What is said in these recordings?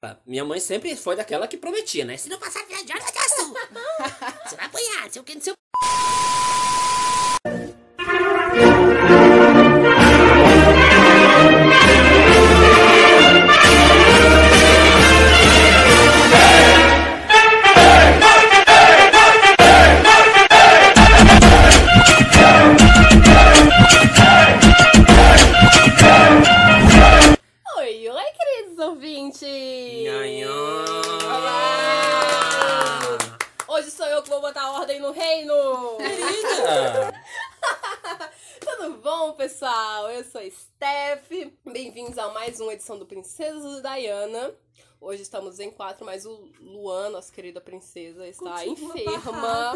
Pá, Minha mãe sempre foi daquela que prometia, né? Se não passar de ano, eu assim. te assumo. Você vai apanhar, não sei o que, não sei o Oi, oi, queridos ouvintes! Olá! Hoje sou eu que vou botar ordem no reino! Tudo bom, pessoal? Eu sou a Steph. Bem-vindos a mais uma edição do Princesas da Diana. Hoje estamos em quatro, mas o Luan, nossa querida princesa, Tá está enferma.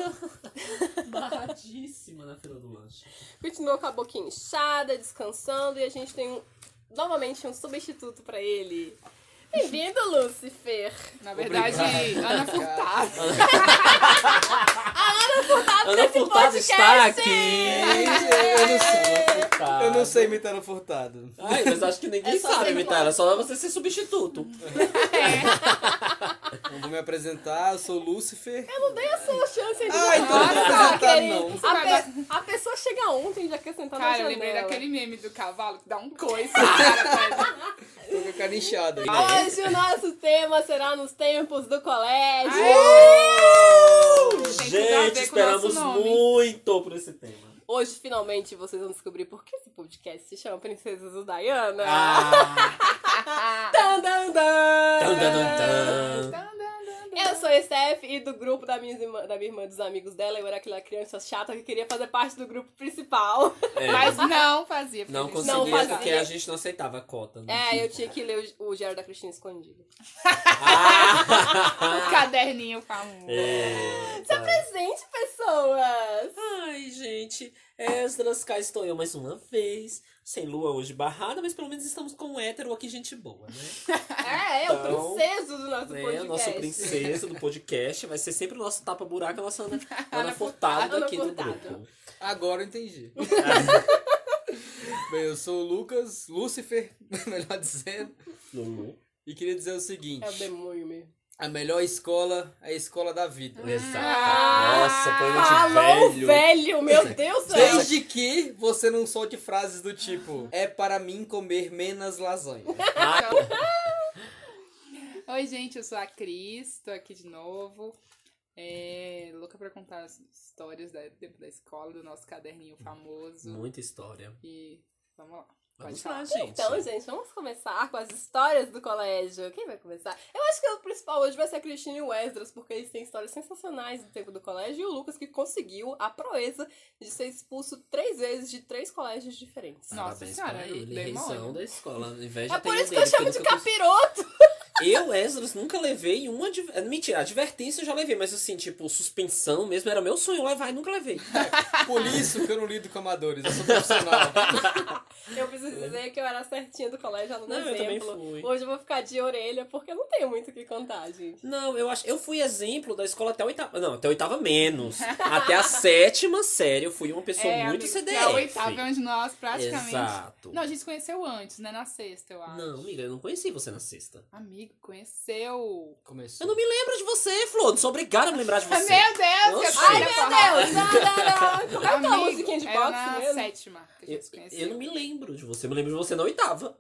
Barradíssima na fila do lanche. Continua com a boquinha inchada, descansando, e a gente tem um- novamente um substituto pra ele. Bem-vindo, Lucifer! Na verdade, Obrigado. Ana Furtado. Ana Furtado podcast! está aqui! Eu não sei. Eu não sei imitar o furtado. Ai, mas acho que ninguém É só sabe ser imitar, claro. ela só é você ser substituto. Eu vou me apresentar, eu sou o Lúcifer. Não dei a sua chance de Ah, então não vou Nossa, é apresentar, querido. não. A, pe- a pessoa chega ontem e já quer sentar na Cara, eu janela. lembrei daquele meme do cavalo que dá um coice na cara. velho. Tô com a cara inchada. Hoje o nosso tema será nos tempos do colégio. Tem tudo a ver Gente, com o esperamos nosso nome. muito por esse tema. Hoje, finalmente, vocês vão descobrir por que esse podcast se chama Princesas do Diana. Ah. Tan, tan, tan. Tan, tan, tan, tan. Eu sou a Steph e do grupo da minha, irmã, da minha irmã dos amigos dela, eu era aquela criança chata que queria fazer parte do grupo principal. É, Mas não fazia. não porque conseguia Não fazia. porque a gente não aceitava a cota. né? É, eu tinha que ler o, o Diário da Cristina escondido. Ah. O caderninho famoso. É, tá. Presente, pessoas! Ai, gente, Esdras, cá estou eu mais uma vez. Sem lua hoje barrada, mas pelo menos estamos com um hétero aqui, gente boa, né? É, é o Então, princeso do nosso né? podcast. Nosso princesa do podcast vai ser sempre o nosso tapa-buraco, a nossa Ana, Ana Ana Furtado Furtado. aqui Ana do Furtado. grupo. Agora eu entendi. Bem, eu sou o Lucas, Lúcifer, melhor dizendo. Lulu. E queria dizer o seguinte: É o demônio mesmo. a melhor escola é a escola da vida. Exato. Ah. Nossa, Falou poema de velho. velho. é. meu Deus do céu! Desde que você não solte frases do tipo: é para mim comer menos lasanha. Oi, gente, eu sou a Cris, tô aqui de novo. É, louca pra contar as histórias da, tempo da escola, do nosso caderninho famoso. Muita história. E vamos lá. Vamos Pode falar. lá, ah, gente. Então, gente, vamos começar com as histórias do colégio. Quem vai começar? Eu acho que o principal hoje vai ser a Cristina e o Esdras, porque eles têm histórias sensacionais do tempo do colégio. E o Lucas, que conseguiu a proeza de ser expulso três vezes de três colégios diferentes. Nossa Parabéns senhora, pra eu- ele, demônio. reição da escola. Inveja É por tem um isso que eu dele, chamo de nunca consegui- capiroto! Eu, Esdras, nunca levei uma. adver- eh, Mentira, advertência eu já levei, mas assim, tipo, suspensão mesmo era meu sonho levar e nunca levei. Por isso que eu não lido com amadores, eu sou profissional. Eu preciso dizer que eu era certinha do colégio, Um aluna É. Não, eu também exemplo. fui. Hoje eu vou ficar de orelha, porque eu não tenho muito o que contar, gente. Não, eu acho. Eu fui exemplo da escola até a oitava. Não, até a oitava menos. até a sétima série eu fui uma pessoa É, muito amigo, CDF. Na oitava é onde nós praticamente. Exato. Não, a gente se conheceu antes, né? Na sexta, eu acho. Não, amiga, eu não conheci você na sexta. Amigo, conheceu. Eu Começou. não me lembro de você, Flor. Não sou obrigada a me lembrar de Meu você. Deus, Oxi. que Ai, Ai, meu Deus! Não, não, não. Como é aquela Amigo, musiquinha de era boxe na mesmo? sétima que a Eu, gente se conheceu. eu não me lembro de você. Eu me lembro de você na oitava.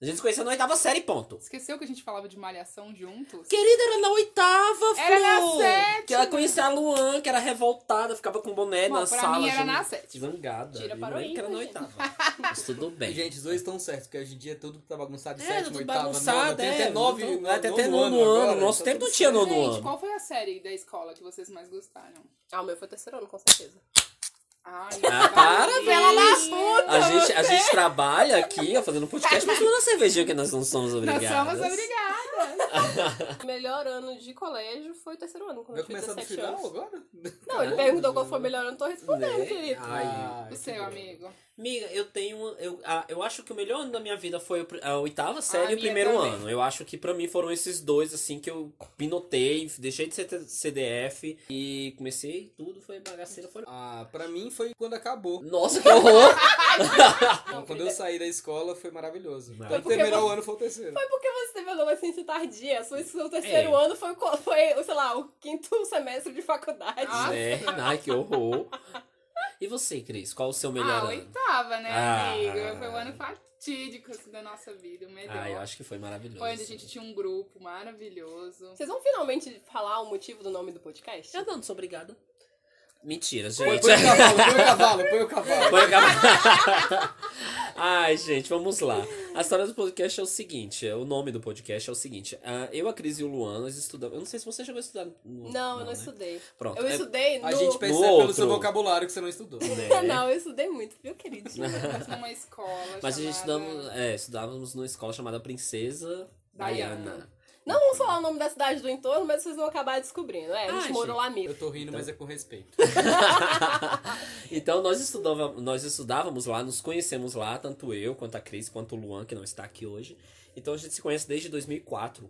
A gente se conheceu na oitava série, ponto. Esqueceu que a gente falava de malhação juntos? Querida, era na oitava, Flor. Era na sétima. Que ela conhecia a Luan, que era revoltada, ficava com boné Bom, na pra sala. mim era gente, na sétima. Zangada. Tira Eu para o lembro que era na ímpar, oitava. Mas tudo bem. Gente, os dois estão certos, porque hoje em dia tudo que tá bagunçado, É, sétimo, tudo oitava, bagunçado, nona, tem é, até nove, então, no- até nono nono ano, ano, então agora, nosso tá tempo tudo não tinha certo. nono. Gente, ano. qual foi a série da escola que vocês mais gostaram? Ah, o meu foi terceiro ano, com certeza. Ai, Ah, para, pela velho. puta! A gente, a gente trabalha aqui, ó, fazendo podcast, mas tomando uma cervejinha que nós não somos Nós obrigados. somos obrigados. O melhor ano de colégio foi o terceiro ano, quando Vai eu tinha começar do 17 final né? anos. agora? Não, ele perguntou qual foi o melhor ano, eu tô respondendo, Né? querido. Ai, Ah, O seu, amigo. Amiga, eu tenho. uma- Eu, a- eu acho que o melhor ano da minha vida foi o pr- a oitava série e o minha primeiro também. ano. Eu acho que pra mim foram esses dois, assim, que eu pinotei, deixei de ser CDF e comecei tudo, foi bagaceira, foi. Ah, pra mim foi quando acabou. Nossa, que horror! Então, quando eu saí da escola foi maravilhoso. Mas- Quando Porque terminar o você- ano foi o terceiro. Foi porque você teve adolescência tardia. Seu, seu terceiro É. ano foi, o co- foi, sei lá, o quinto semestre de faculdade. Ah, né? Ai, que horror. E você, Cris? Qual o seu melhor Ah, ano? oitava, né, Ah. amigo? Foi um ano fatídico assim, da nossa vida, o melhor. Ah, eu acho que foi maravilhoso. Foi onde a gente tinha um grupo maravilhoso. Vocês vão finalmente falar o motivo do nome do podcast? Eu não sou obrigada. Mentira, Põe gente. o cavalo, põe o cavalo, põe o cavalo. Foi acabar. Ai, gente, vamos lá. A história do podcast é o seguinte: é, o nome do podcast é o seguinte. ah, eu, a Cris e o Luan, nós estudamos. Eu não sei se você chegou a estudar. no- Não, eu não né? estudei. Pronto. Eu é- estudei no... A gente percebe No pelo seu outro. vocabulário que você não estudou. né? Não, eu estudei muito, viu, queridinho? Estudamos numa escola Mas a gente chamada- estudamos, é, estudávamos numa escola chamada Princesa Diana. Diana. Não vamos falar o nome da cidade do entorno, mas vocês vão acabar descobrindo. É, a Ah, gente morou gente. lá mesmo. Eu tô rindo, mas é com respeito. então nós estudava- nós estudávamos lá, nos conhecemos lá, tanto eu, quanto a Cris, quanto o Luan, que não está aqui hoje. Então a gente se conhece desde 2004.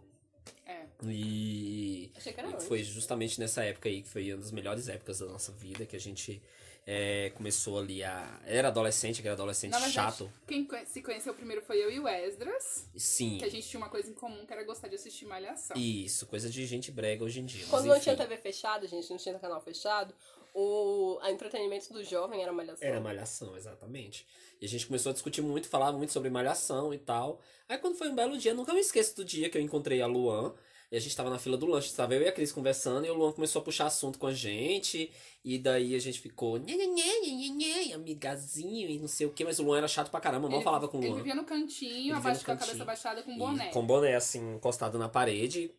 É. E Achei que era E antes. foi justamente nessa época aí que foi uma das melhores épocas da nossa vida que a gente é, começou ali a. Era adolescente, que era adolescente Na verdade, chato. Quem conhe- se conheceu primeiro foi eu e o Esdras, Sim. que a gente tinha uma coisa em comum, que era gostar de assistir Malhação. Isso, coisa de gente brega hoje em dia. Quando mas, não tinha enfim, TV fechada, gente, não tinha canal fechado, o a entretenimento do jovem era malhação. Era malhação, exatamente. E a gente começou a discutir muito, falar muito sobre malhação e tal. Aí quando foi um belo dia, nunca me esqueço do dia que eu encontrei a Luan. E a gente tava na fila do lanche, tava eu e a Cris conversando, e o Luan começou a puxar assunto com a gente. E daí a gente ficou, "Nhe, nhe, nhe, nhe, nhe, nhe", amigazinho e não sei o que, mas o Luan era chato pra caramba, mal falava com o Ele Luan. vivia no Ele cantinho, vivia no abaixo com a cantinho. cabeça baixada com um E boné. com boné, assim, encostado na parede,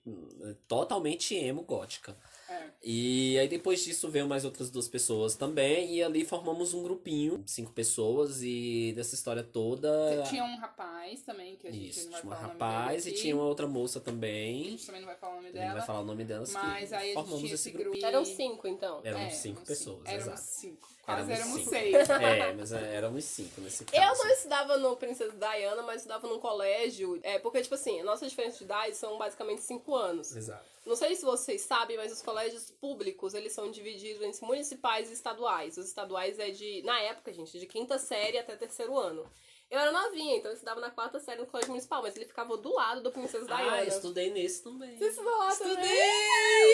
totalmente emo gótica. É. E aí depois disso veio mais outras duas pessoas também, e ali formamos um grupinho, cinco pessoas, e dessa história toda. Tinha um rapaz também, que a gente é. Isso, não vai tinha uma falar o nome rapaz dele e aqui. tinha uma outra moça A também. gente também não vai falar o nome Ele não dela. vai falar o nome delas Mas que aí a gente formamos tinha esse esse grupo. grupo. Eram cinco, então. Éramos É, cinco pessoas, Éramos exato. cinco. Quase Éramos éramos cinco. seis. É, mas é, éramos cinco nesse Eu caso. não estudava no Princesa Diana, mas estudava num colégio. É, porque, tipo assim, a nossa diferença de idade são basicamente cinco anos. Exato. Não sei se vocês sabem, mas os colégios públicos, eles são divididos entre municipais e estaduais. Os estaduais é de, na época, gente, de quinta série até terceiro ano. Eu era novinha, então eu estudava na quarta série no colégio municipal, mas ele ficava do lado do Princesa Diana. né? Ah, eu estudei nesse também. Você estudou lá também?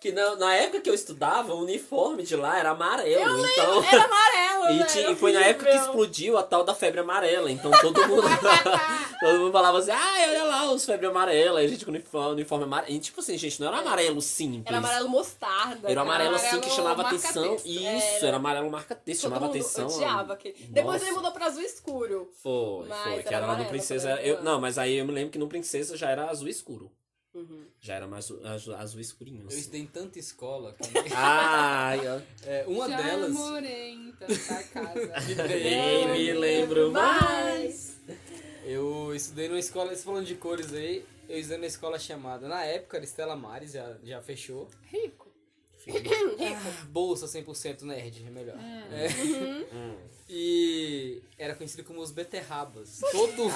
Que na, na época que eu estudava, o uniforme de lá era amarelo, então. Era amarelo, E né? ti- Era e foi na época que horrível. explodiu a tal da febre amarela, então todo mundo, Ah, todo mundo falava assim, ai, olha lá os febre amarela, aí a gente com uniforme, uniforme amarelo, e tipo assim, gente, não era amarelo simples. É. Era amarelo mostarda. Era cara. amarelo assim que amarelo chamava marca-texto. atenção. Isso, era amarelo marca-texto, é, Todo chamava mundo atenção. odiava aquele. Depois Nossa. ele mudou pra azul escuro. Foi, Mas foi, que era era lá no amarelo, Princesa. amarelo. eu- não, mas aí eu me lembro que no Princesa já era azul escuro. Uhum. Já era mais azul, azul- azul escurinho. Eu assim. estudei em tanta escola. que- Ai, ó. É, uma Já delas. morei em tanta casa. É. nem Eu, me lembro mais. eu estudei numa escola, vocês falando de cores aí, eu estudei numa escola chamada, na época era Estela Mares, já, já fechou. Rico. Ah, Bolsa 100% nerd, é melhor. É. E era conhecido como os beterrabas. Todo mundo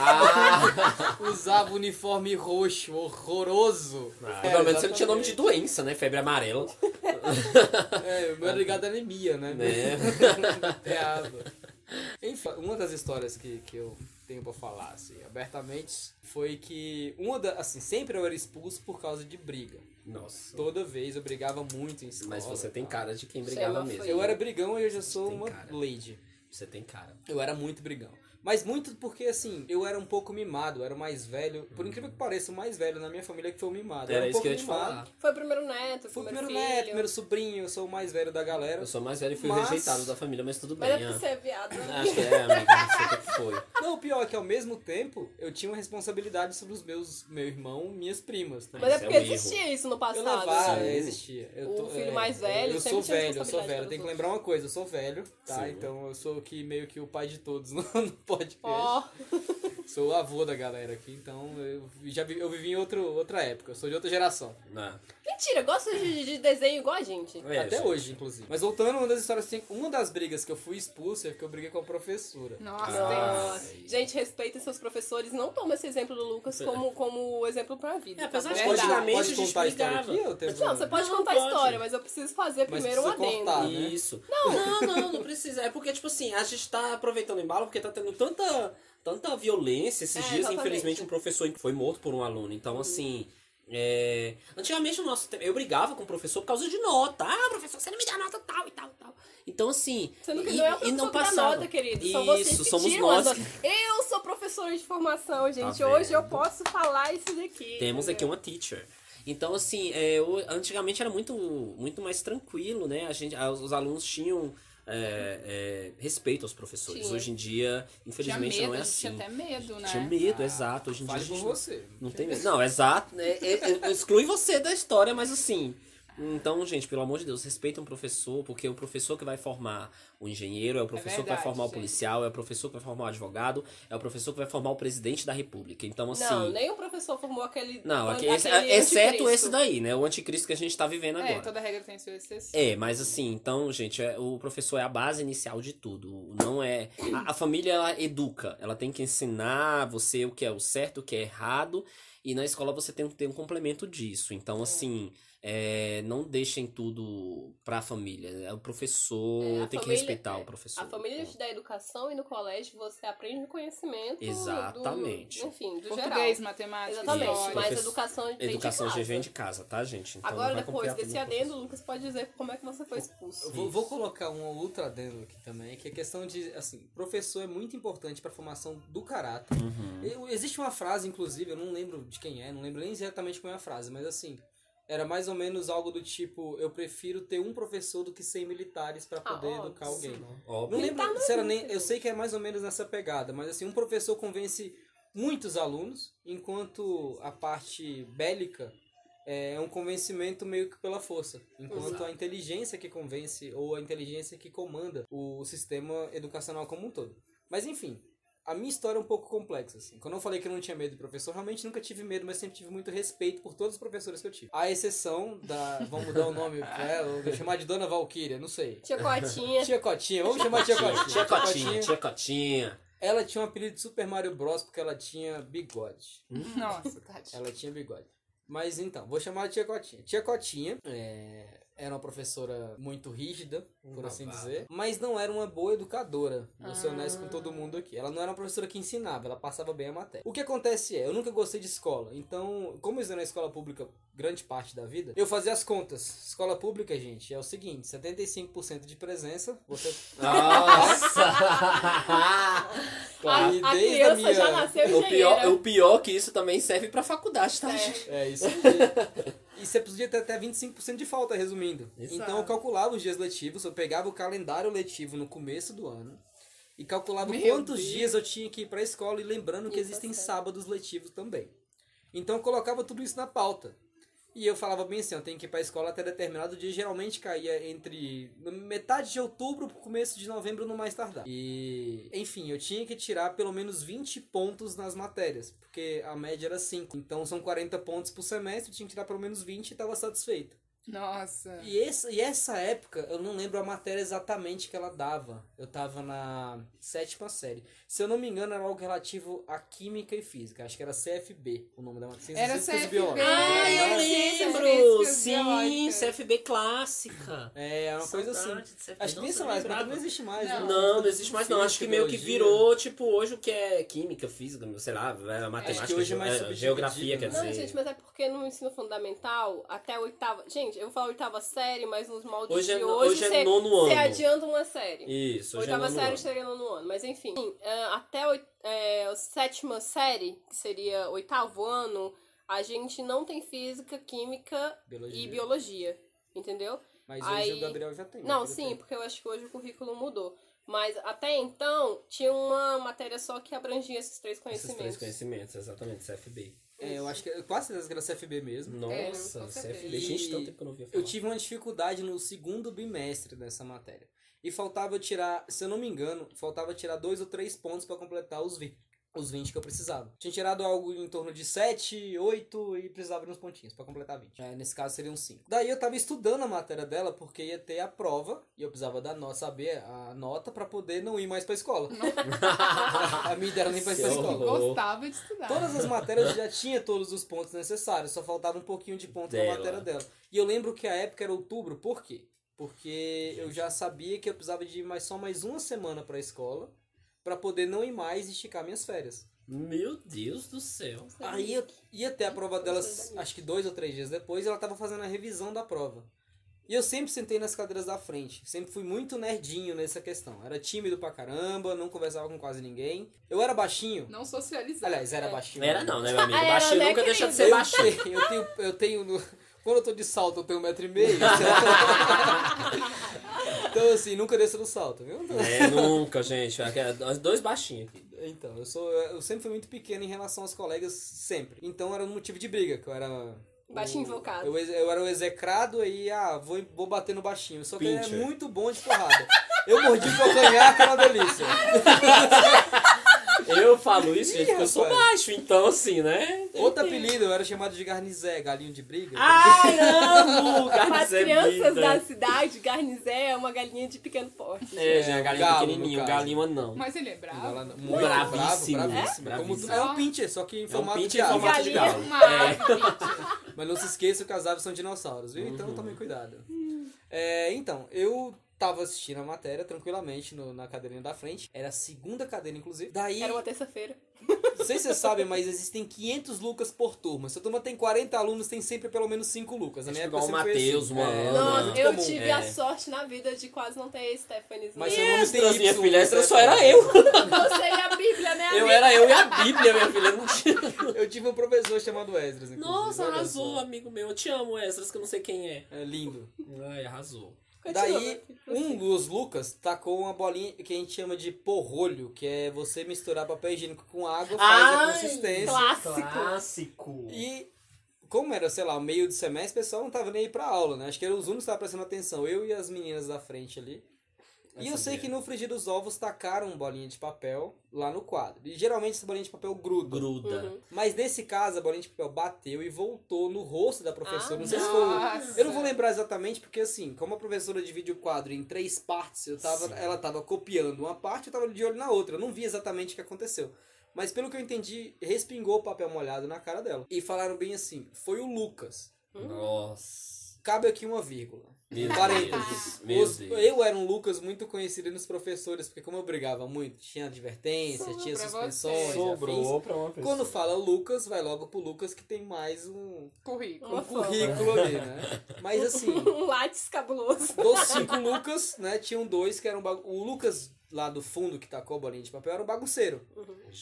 usava uniforme roxo, horroroso. Ah, É, pelo menos você não tinha nome de exatamente. doença, né? Febre amarela. É, o Ah. meu era ligado à anemia, né? Né? Beterraba. Enfim, uma das histórias que, que eu tenho pra falar, assim, abertamente, foi que uma da, assim, sempre eu era expulso por causa de briga. Nossa. Toda vez eu brigava muito em escola. Mas você tem tá? cara de quem Sei brigava lá, mesmo. foi. Eu era brigão e hoje eu sou Tem uma cara. lady. Você tem cara. Eu era muito brigão. Mas muito porque, assim, eu era um pouco mimado, eu era o mais velho. Por incrível que pareça, o mais velho na minha família que foi o mimado. Uhum. Era um isso que eu ia pouco te mimado. falar. Foi o primeiro neto, Fui o foi primeiro filho. neto, primeiro sobrinho, eu sou o mais velho da galera. Eu sou mais velho e fui Mas- rejeitado da família, mas tudo Mas é bem. porque ah. você é viado, né? Acho que é, amigo, não sei o que que foi. Não, o pior é que ao mesmo tempo eu tinha uma responsabilidade sobre os meus, meu irmão, minhas primas. Né? Mas é Isso é porque um erro. existia isso no Eu passado. né? assim. levava, Sim. é, existia. Eu O tô- filho é, mais velho Eu sempre sou tinha velho, eu sou responsabilidade velho. pelos Tem que outros. lembrar uma coisa, eu sou velho, tá? Sim. Então eu sou o que meio que o pai de todos no, no podcast. Ó, Sou o avô da galera aqui, então eu já vi- eu vivi em outro, outra época, eu sou de outra geração. Né? Mentira, gosta de, de desenho igual a gente. É, Até gente. hoje, inclusive. Mas voltando, uma das histórias assim, uma das brigas que eu fui expulso é porque eu briguei com a professora. Hum, Nossa, Nossa. tem. Gente, respeitem seus professores. Não toma esse exemplo do Lucas como, como exemplo pra vida. É, tá apesar bom? de que Verdade. antigamente a Pode gente contar a história brigava. aqui? Eu tenho Não, você pode um- Não, contar a pode. história, mas eu preciso fazer Mas primeiro um precisa adendo. cortar. né? Isso. Não, não, não precisa. É porque, tipo assim, a gente tá aproveitando o embalo porque tá tendo tanta, tanta violência esses É, dias. exatamente. Uhum. Infelizmente, um professor foi morto por um aluno. Então, assim. é, Antigamente, no nosso tempo, eu brigava com o professor por causa de nota. Ah, professor, você não me dá nota tal e tal e tal. Então, assim. Sendo que e, não é o e professor não que dá passava. nota, querido. São vocês Isso, que somos tiram nós. as notas. Eu sou professora de formação, gente. Tá Hoje eu vendo? posso falar isso daqui. Temos aqui um entendeu? uma teacher. Então, assim, é, o- antigamente era muito, muito mais tranquilo, né? A gente, a- os alunos tinham é, é, respeito aos professores. Tinha. Hoje em dia, Tinha infelizmente, medo, não é a gente assim. tinha até medo, né? Tinha medo, Ah, exato. Hoje em dia a Fale com gente não- você. não tem medo. Não, exato. né? É- é- exclui você da história, mas assim. Então, gente, pelo amor de Deus, respeita um professor, porque é o professor que vai formar o engenheiro, é o professor que vai verdade, formar o gente. policial, é o professor que vai formar o advogado, é o professor que vai formar o presidente da república. Então, assim. Não, nenhum professor formou aquele. Não, aqui- esse- aquele exceto anticristo. esse daí, né? O anticristo que a gente tá vivendo É, agora. toda regra tem sua exceção. É, mas assim, então, gente, é- o professor é a base inicial de tudo. Não é. A, a família, ela educa. Ela tem que ensinar você o que é o certo, o que é errado. E na escola você tem que ter um complemento disso. Então, assim, é, não deixem tudo pra família. É, O professor É, a tem que família- respeitar é, o professor. A família te dá educação e no colégio você aprende o conhecimento. do- Exatamente. enfim, do Português, geral. né? matemática, Exatamente, Isso, história. mas profe- educação vem de Educação casa. já vem de casa, tá, gente? Então, Agora, não vai depois copiar tudo desse no adendo, o professor. Lucas pode dizer como é que você foi expulso. Eu Vou, vou colocar um outro adendo aqui também, que é a questão de, assim, professor é muito importante pra formação do caráter. Uhum. Eu- existe uma frase, inclusive, eu não lembro de quem é, não lembro nem exatamente qual é a frase, mas assim, era mais ou menos algo do tipo, eu prefiro ter um professor do que 100 militares pra Ah, poder óbvio. educar alguém. Óbvio. Não lembro Militar não se era existe, nem, eu sei que é mais ou menos nessa pegada, mas assim, um professor convence muitos alunos, enquanto a parte bélica é um convencimento meio que pela força, enquanto Exato. a inteligência que convence ou a inteligência que comanda o sistema educacional como um todo. Mas enfim, a minha história é um pouco complexa, assim. Quando eu falei que eu não tinha medo de professor, realmente nunca tive medo, mas sempre tive muito respeito por todos os professores que eu tive. A exceção da. Vamos mudar o nome pra ela, vou chamar de Dona Valquíria, não sei. Tia Cotinha. Tia Cotinha, vamos chamar de Tia Cotinha. Tia Cotinha, tia Cotinha. Ela tinha um apelido de Super Mario Bros. porque ela tinha bigode. Nossa, Tati. Ela tinha bigode. Mas então, vou chamar de Tia Cotinha. Tia Cotinha é, era uma professora muito rígida, por assim babado. dizer. Mas não era uma boa educadora. Vou ser Ah. honesto com todo mundo aqui. Ela não era uma professora que ensinava, ela passava bem a matéria. O que acontece é, eu nunca gostei de escola. Então, como eu estudei na escola pública grande parte da vida, eu fazia as contas. Escola pública, gente, é o seguinte: 75% de presença, você Nossa! A, E a desde criança a minha- já nasceu o, engenheira. pior, o pior que isso também serve pra faculdade, tá, né? gente? É isso aí. E você podia ter até 25% de falta, resumindo. Exato. Então eu calculava os dias letivos, eu pegava o calendário letivo no começo do ano e calculava Meu quantos Deus. dias eu tinha que ir pra escola e lembrando que Isso, existem tá certo. sábados letivos também. Então eu colocava tudo isso na pauta. E eu falava bem assim, eu tenho que ir pra escola até determinado dia, geralmente caía entre metade de outubro pro começo de novembro no mais tardar. E, enfim, eu tinha que tirar pelo menos 20 pontos nas matérias, porque a média era 5. Então são 40 pontos por semestre, eu tinha que tirar pelo menos 20 e tava satisfeito. Nossa. E essa, e essa época, eu não lembro a matéria exatamente que ela dava. Eu tava na sétima série. Se eu não me engano, era algo relativo a química e física. Acho que era CFB o nome da matéria. Era Ciências CFB. biológicas. Ah, eu Era- lembro! Sim, CFB clássica. É, era uma coisa assim. Acho que nem sei mais, mas não existe mais. Não. né? Não, não existe mais não. Acho que meio que Física, virou, tipo, hoje o que é química, física, sei lá, é matemática, Acho que hoje é mais é, subdividido, geografia, né? quer Não, dizer. gente, mas é porque no ensino fundamental, até a oitava. Gente, eu falo oitava série, mas nos moldes Hoje é, de no- hoje hoje é você nono você ano. adianta uma série. Isso, hoje é oitava nono série ano. chega no ano, mas enfim. Sim, é, até oit- é, a sétima série, que seria oitavo ano, a gente não tem física, química Biologia. é. e biologia. Entendeu? Mas hoje Aí- o Gabriel já tem. Não, ele sim, tem. porque eu acho que hoje o currículo mudou. Mas até então, tinha uma matéria só que abrangia esses três Esses conhecimentos. três conhecimentos, exatamente, CFB. É, eu acho que eu quase certeza que era CFB É, mesmo. Nossa, com certeza. CFB. Gente, tanto E tempo que eu não ouvia falar. Eu tive uma dificuldade no segundo bimestre dessa matéria. E faltava tirar, se eu não me engano, faltava tirar dois ou três pontos pra completar os 20. os 20 que eu precisava. Tinha tirado algo em torno de 7, 8 e precisava de uns pontinhos pra completar 20. É, nesse caso seriam 5. Daí eu tava estudando a matéria dela porque ia ter a prova e eu precisava da no saber a nota pra poder não ir mais pra escola. a minha ideia era nem pra ir pra Que escola. horror. Gostava de estudar. Todas as matérias eu já tinha todos os pontos necessários, só faltava um pouquinho de ponto na Dela. matéria dela. E eu lembro que a época era outubro, por quê? Porque eu já sabia que eu precisava de mais só mais uma semana pra escola pra poder não ir mais e esticar minhas férias. Meu Deus do céu. Aí eu ia ter a prova Nossa, dela, verdade. acho que dois ou três dias depois, e ela tava fazendo a revisão da prova. E eu sempre sentei nas cadeiras da frente. Sempre fui muito nerdinho nessa questão. Era tímido pra caramba, não conversava com quase ninguém. Eu era baixinho. Não socializava. É. Aliás, era baixinho. Era não, né, meu amigo? Ah, Era, Baixinho né, nunca deixa de ser Eu baixinho. tenho, eu tenho, eu tenho no- quando eu tô de salto, eu tenho um metro e meio. então, assim, nunca desço no salto, viu? É, nunca, gente. Aquela- nós Dois baixinhos aqui. Então, eu sou, eu sempre fui muito pequeno em relação aos colegas, sempre. Então era um motivo de briga, que eu era... o- Baixinho invocado. Eu, ex- eu era o execrado aí, ah, vou, vou bater no baixinho. Só que ele é Pincher. muito bom de porrada. Eu mordi o calcanhar, que é uma delícia. Eu falo isso, gente, porque eu sou rapaz. baixo, então assim, né? Outro apelido, eu era chamado de Garnizé, galinho de briga. Ah, Ai, amo! Para as Carnes é crianças vida. da cidade, Garnizé é uma galinha de pequeno porte. né? É, gente, a galinha Galo, pequenininha, no o caso. galinho não. Mas ele é bravo. Ela- muito bravíssimo, bravo, bravíssimo. é? Como tu- Bravíssimo. é um pincher, só que em É um formato pinte de em ave. formato de Galinha. galo. Uma É. árvore. Mas não se esqueça que as aves são dinossauros, viu? Então Uhum. tome cuidado. É, então, eu tava assistindo a matéria tranquilamente no- na cadeirinha da frente. Era a segunda cadeira, inclusive. Daí, Era uma terça-feira. não sei se vocês sabem, mas existem 500 Lucas por turma. Se a turma tem 40 alunos, tem sempre pelo menos 5 Lucas. Na Acho minha que época igual o sempre foi Mateus, assim. uma Ana. Nossa, muito eu comum. tive é. a sorte na vida de quase não ter Stephanie. Mas seu eu... nome tem Extras, minha Y, filha, extra né? só era eu. Você e a Bíblia, É, né? Eu amigo? era eu e a Bíblia, minha filha. Não tinha... Eu tive um professor chamado Esdras, inclusive. Nossa, olha arrasou, só. amigo meu. Eu te amo, Esdras, que eu não sei quem é. É lindo. Ai, arrasou. Daí, um dos Lucas tacou uma bolinha que a gente chama de porrolho, que é você misturar papel higiênico com água, faz a Ai, consistência. Clássico. Clássico. E como era, sei lá, meio de semestre, o pessoal não tava nem aí pra aula, né? Acho que eram os únicos que estavam prestando atenção, eu e as meninas da frente ali. E eu Essa sei ideia. que no frigir dos ovos tacaram bolinha de papel lá no quadro. E geralmente essa bolinha de papel gruda. Gruda. Uhum. Mas nesse caso, a bolinha de papel bateu e voltou no rosto da professora. Ah, não sei se foi Nossa. eu não vou lembrar exatamente, porque assim, como a professora divide o quadro em três partes, eu tava, Sim. ela tava copiando uma parte, eu tava de olho na outra. Eu não vi exatamente o que aconteceu. Mas pelo que eu entendi, respingou o papel molhado na cara dela. E falaram bem assim: foi o Lucas. Nossa. Cabe aqui uma vírgula. Meu Parênteses. Deus. Meu Tá Os- Deus. eu era um Lucas muito conhecido nos professores, porque como eu brigava muito, tinha advertência, Sobrou tinha pra suspensões, você. afins. Sobrou pra uma pessoa. Quando fala Lucas, vai logo pro Lucas que tem mais um, Currículo. um Uma fama. currículo ali, né? Mas assim, Um látis cabuloso. Dos cinco Lucas, né? Tinham dois que eram bagun... O Lucas lá do fundo, que tacou a bolinha de papel, era um bagunceiro.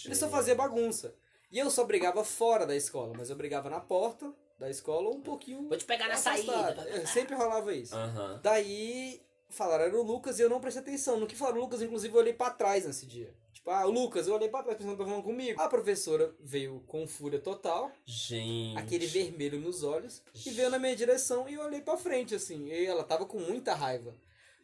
Ele só fazia bagunça. E eu só brigava fora da escola, mas eu brigava na porta da escola ou um pouquinho. Vou te pegar na afastada. saída. tá É, Sempre rolava isso. Aham. Daí falaram, era o Lucas e eu não prestei atenção. No que falaram o Lucas, inclusive, eu olhei pra trás nesse dia. Tipo, ah, o Lucas, eu olhei pra trás pensando que tava falando comigo. A professora veio com fúria total, Gente. aquele vermelho nos olhos e veio na minha direção e eu olhei pra frente assim. E ela tava com muita raiva.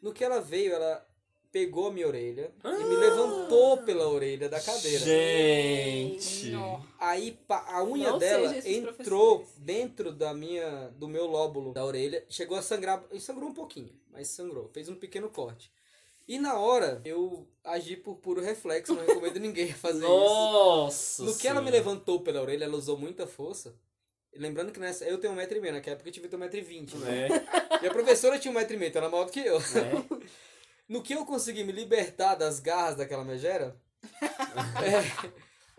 No que ela veio, ela pegou a minha orelha e Ah! me levantou pela orelha da cadeira. Gente. Nossa. Aí pa- a unha Não dela seja esses entrou professores. dentro da minha do meu lóbulo da orelha, chegou a sangrar, e sangrou um pouquinho, mas sangrou, fez um pequeno corte. E na hora eu agi por puro reflexo, não recomendo ninguém fazer isso. Nossa. No que ela me senhora. levantou pela orelha, ela usou muita força. Lembrando né? que nessa, eu tenho 1,5m, naquela época eu tive 1,20m. Né? Né? E a professora tinha 1,5m, então era maior do que eu. Né? No que eu consegui me libertar das garras daquela megera, é,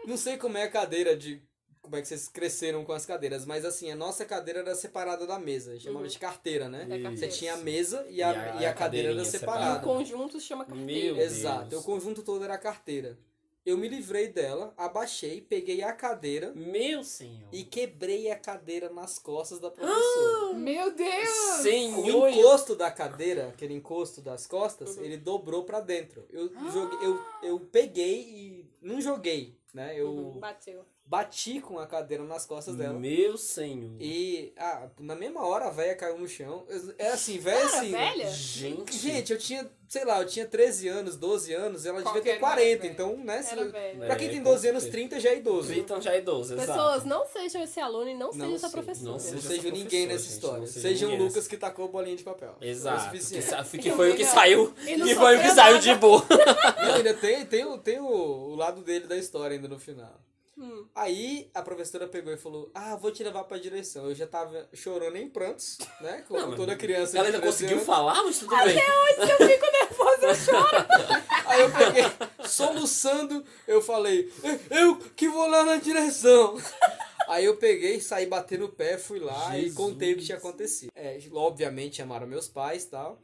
não sei como é a cadeira de. Como é que vocês cresceram com as cadeiras, mas assim, a nossa cadeira era separada da mesa, chamava Uhum. de carteira, né? É Você carteira. tinha a mesa e a, e a, cadeira era cadeirinha E separada. o Um conjunto se chama carteira. Meu Exato, Deus. o conjunto todo era carteira. Eu me livrei dela, abaixei, peguei a cadeira Meu senhor. e quebrei a cadeira nas costas Ah! da professora. Meu Deus! O Senhor. encosto da cadeira, aquele encosto das costas, Uhum. ele dobrou pra Ah! dentro. Eu joguei, eu, eu peguei e não joguei, né? Eu Uhum, Bateu. bati com a cadeira nas costas dela. Meu senhor. E ah, na mesma hora a véia caiu no chão. Eu- Era assim, véia Cara, assim. velha? Gente. Gente, eu tinha, sei lá, eu tinha 13 anos, 12 anos, ela Qual que devia ter era mais 40, velha? então, né? se- Era velho. Pra quem É, tem com 12 anos, certeza. 30 já é idoso. Clinton já é idoso, Pessoas, né? exato. não sejam esse aluno e não, sejam essa sei- professora. não Não seja seja essa professora, ninguém nessa gente, história. não seja Seja um ninguém Lucas que tacou bolinha de papel. É o Exato. Que, suficiente. sa- que Eu foi o vi, que não. saiu. E não Que só foi o que tem saiu nada. de boa. Não, ainda tem, tem, o- tem o, o lado dele da história ainda no final. Hum. Aí a professora pegou e falou: Ah, vou te levar pra direção. Eu já tava chorando em prantos, né? Como Não, mas toda criança. de Ela ainda 13 conseguiu anos. falar, mas tudo bem. Aí eu peguei, soluçando, eu falei, eu que vou lá na direção. Aí eu peguei, saí batendo o pé, fui lá e Jesus. contei o que tinha acontecido. É, obviamente chamaram meus pais e tal.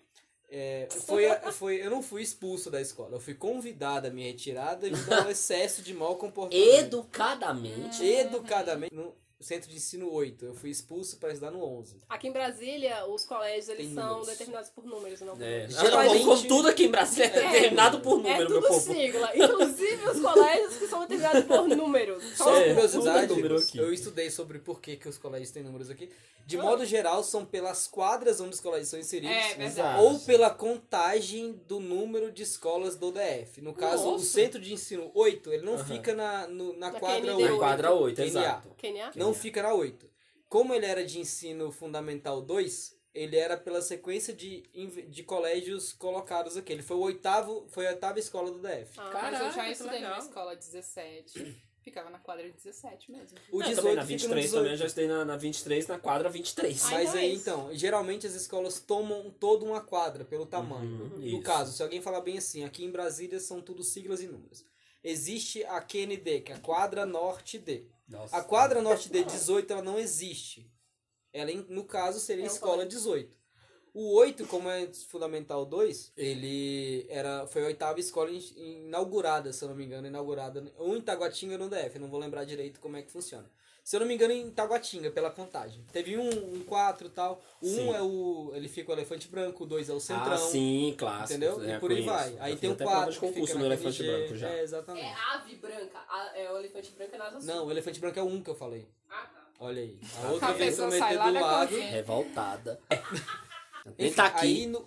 É, foi, a- foi, eu não fui expulso da escola, eu fui convidado à minha retirada devido ao excesso de mau comportamento. Educadamente. Educadamente. No centro de ensino 8, eu fui expulso para estudar no 11. Aqui em Brasília, os colégios eles Tem são números. determinados por números, não por É. números. Ah, não, Geralmente- como tudo aqui em Brasília é assim. É. determinado por número, é meu tudo povo. sigla, inclusive os colégios que são determinados por números. Só uma É, curiosidade, tudo é número aqui. eu estudei sobre por que, que os colégios têm números aqui. De modo geral, são pelas quadras onde os colégios são inseridos. É, verdade. Exato. Ou pela contagem do número de escolas do DF. No caso, o Nossa. centro de ensino 8, ele não Aham. fica na, no- na Na quadra KND 8. Na quadra 8, NA. exato. Quem é? Não fica na 8. Como ele era de ensino fundamental 2, ele era pela sequência de, inv- de colégios colocados aqui. Ele foi o oitavo, foi a oitava escola do DF. Ah, Mas eu já que estudei numa legal. escola 17. Ficava na quadra 17 mesmo. O Ah, 18 também na fica no 23 também, eu 18. já estudei na, na 23, na quadra 23. Ai, Mas não é aí, isso. então, geralmente as escolas tomam toda uma quadra pelo tamanho. Uhum, no isso. caso, se alguém falar bem assim, aqui em Brasília são tudo siglas e números. Existe a QND, que é a Quadra Norte D. Nossa. Ah, A Quadra é Norte D 18, ela não existe. Ela, em- no caso, seria É um escola colégio. 18. O 8, como é fundamental 2, ele era, foi a oitava escola in- inaugurada, se eu não me engano, inaugurada ou em Taguatinga ou no DF, eu não vou lembrar direito como é que funciona. Se eu não me engano, em Taguatinga, pela contagem. Teve um, um 4 e tal. O Sim. 1 é o. Ele fica o elefante branco, o 2 é o centrão. Ah, sim, clássico. Entendeu? É, e por aí conheço. vai. Já Aí fiz tem um o até prova 4. de concurso no Elefante Branco já. É, É exatamente. ave branca, a- é o elefante branco é nas azuis. Não, o elefante branco é o 1 que eu falei. Ah, tá. Olha aí. A A outra vez eu pessoa meti sai lá do da lado. cozinha. Revoltada. Ele É. Enfim, tá aqui, Aí, no-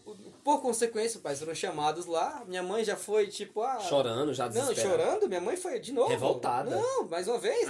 por consequência, pais foram chamados lá. Minha mãe já foi, tipo, ah. chorando, já Não, desesperada. chorando, minha mãe foi de novo. Revoltada. Não, mais uma vez.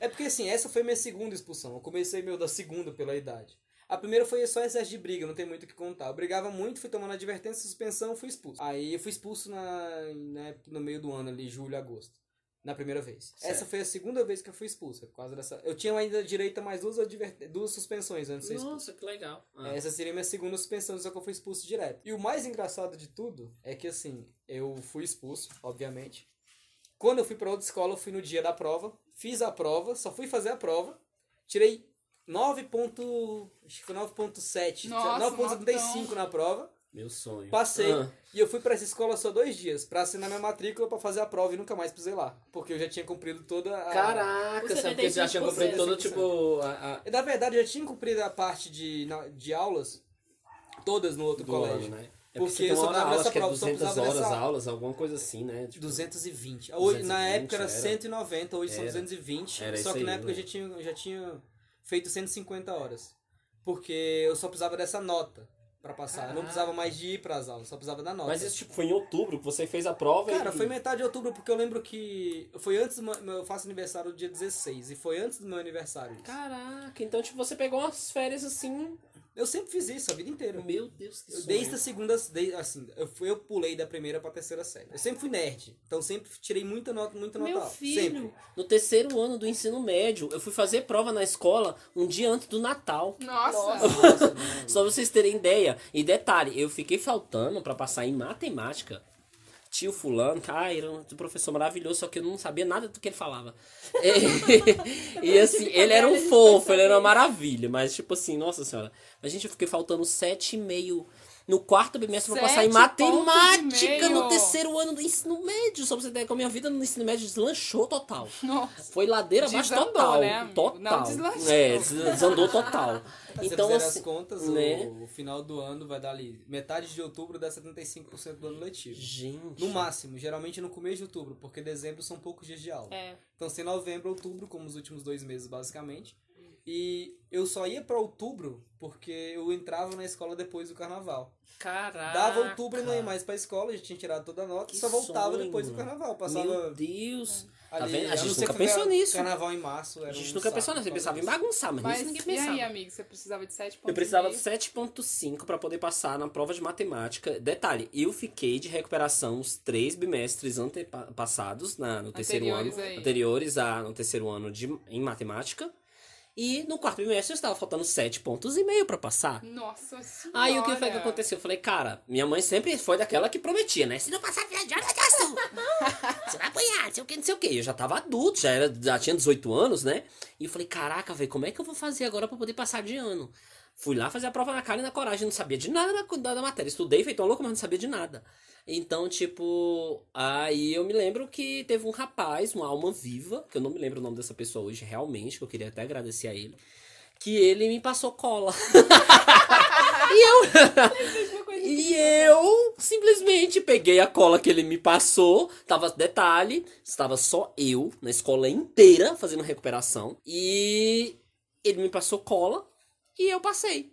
é porque assim, essa foi minha segunda expulsão. Eu comecei meu da segunda pela idade. A primeira foi só excesso de briga, não tem muito o que contar. Eu brigava muito, fui tomando advertência, suspensão, fui expulso. Aí eu fui expulso na, na época- no meio do ano ali, julho, agosto. Na primeira vez. Certo. Essa foi a segunda vez que eu fui expulso. Por causa dessa... Eu tinha ainda direito a mais duas, adverten- duas suspensões antes de ser expulso. Nossa, que legal. Ah. Essa seria minha segunda suspensão, só que eu fui expulso direto. E o mais engraçado de tudo é que, assim, eu fui expulso, obviamente. Quando eu fui pra outra escola, eu fui no dia da prova, fiz a prova, só fui fazer a prova, tirei 9 ponto, acho que foi 9.7, Nossa, 9.75 notão. na prova, Meu sonho. Passei. Ah, e eu fui pra essa escola só dois dias, pra assinar minha matrícula, pra fazer a prova e nunca mais pisei lá, porque eu já tinha cumprido toda a... Caraca, Você sabe porque Ah, você já tinha comprado 75%, todo, tipo, a, a- Na verdade, eu já tinha cumprido a parte de, na- de aulas, todas no outro do colégio. ano, né? É Porque porque, tem uma só hora precisava aula, acho dessa que é prova, só 200 precisava horas dessa- aulas, alguma coisa assim, né? Tipo, 220. Ah, Hoje, na 220, época era, era. 190, hoje são Era. 220. Era só isso que na aí, né? época eu já tinha, eu já tinha feito 150 horas. Porque eu só precisava dessa nota pra passar. Eu não Caraca. precisava mais de ir pras aulas, só precisava da nota. Mas isso, tipo, foi em outubro que você fez a prova Cara, e... foi metade de outubro, porque eu lembro que. Foi antes do meu. Eu faço aniversário dia 16. E foi antes do meu aniversário. isso. Caraca, então, tipo, você pegou umas férias assim... Eu sempre fiz isso a vida inteira. Meu Deus, que Eu, sonho. desde a segunda, de- assim, eu, fui- eu pulei da primeira pra terceira série. Eu sempre fui nerd, então sempre tirei muita nota, muita nota Meu alta. filho, Sempre. no terceiro ano do ensino médio, eu fui fazer prova na escola um dia antes do Natal. Nossa! Nossa. Nossa, mano. Só pra vocês terem ideia. E detalhe, eu fiquei faltando pra passar em matemática. Tio fulano, cara, era um professor maravilhoso, só que eu não sabia nada do que ele falava. E- e assim, ele era um fofo, ele era uma maravilha, mas tipo assim, nossa senhora. Mas gente, eu fiquei faltando sete e meio No quarto bimestre pra passar em Sete pontos e matemática meio. no terceiro ano do ensino médio. Só pra você ter ideia que a minha vida no ensino médio deslanchou total. Nossa. Foi ladeira abaixo Desandou, total. né, amigo? Total. Não, deslanchou. É, des- desandou total. Então, Então, as assim, contas, né? o, o final do ano vai dar ali. Metade de outubro dá 75% do ano letivo. gente. No máximo, geralmente no começo de outubro, porque dezembro são poucos dias de aula. É. Então, sem novembro, outubro, como os últimos dois meses, basicamente. E eu só ia pra outubro porque eu entrava na escola depois do carnaval. Caraca. Dava outubro e não ia mais pra escola, já tinha tirado toda a nota, Que só voltava sonho. depois do carnaval. Meu Passava Deus. ali. vendo? A gente não ser nunca que pensou tiver nisso. Carnaval em março. Era A gente um nunca saco pensou nisso. Eu por pensava causa em bagunçar, mas, Mas nisso ninguém e pensava. aí, amigo? Você precisava de 7 pontos. Eu precisava e de meio? 7.5 pra poder passar na prova de matemática. Detalhe, eu fiquei de recuperação os três bimestres antepassados na, no terceiro Anteriores ano. aí. Anteriores a, no terceiro ano de, em matemática. E no quarto bimestre eu estava faltando sete pontos e meio pra passar. Nossa senhora. Aí o que foi que aconteceu? Eu falei, cara, minha mãe sempre foi daquela que prometia, né? Se não passar, filha de hora, você vai apanhar, não sei o que, não sei o que. Eu já tava adulto, já, era, já tinha 18 anos, né? E eu falei, caraca, velho, como é que eu vou fazer agora pra poder passar de ano? Fui lá fazer a prova na cara e na coragem, não sabia de nada da, da- da matéria. Estudei feito uma louca, mas não sabia de nada. Então, tipo, aí eu me lembro que teve um rapaz, uma alma viva, que eu não me lembro o nome dessa pessoa hoje, realmente, que eu queria até agradecer a ele, que ele me passou cola. E eu simplesmente peguei a cola que ele me passou. Tava, detalhe, estava só eu na escola inteira fazendo recuperação. E ele me passou cola e eu passei.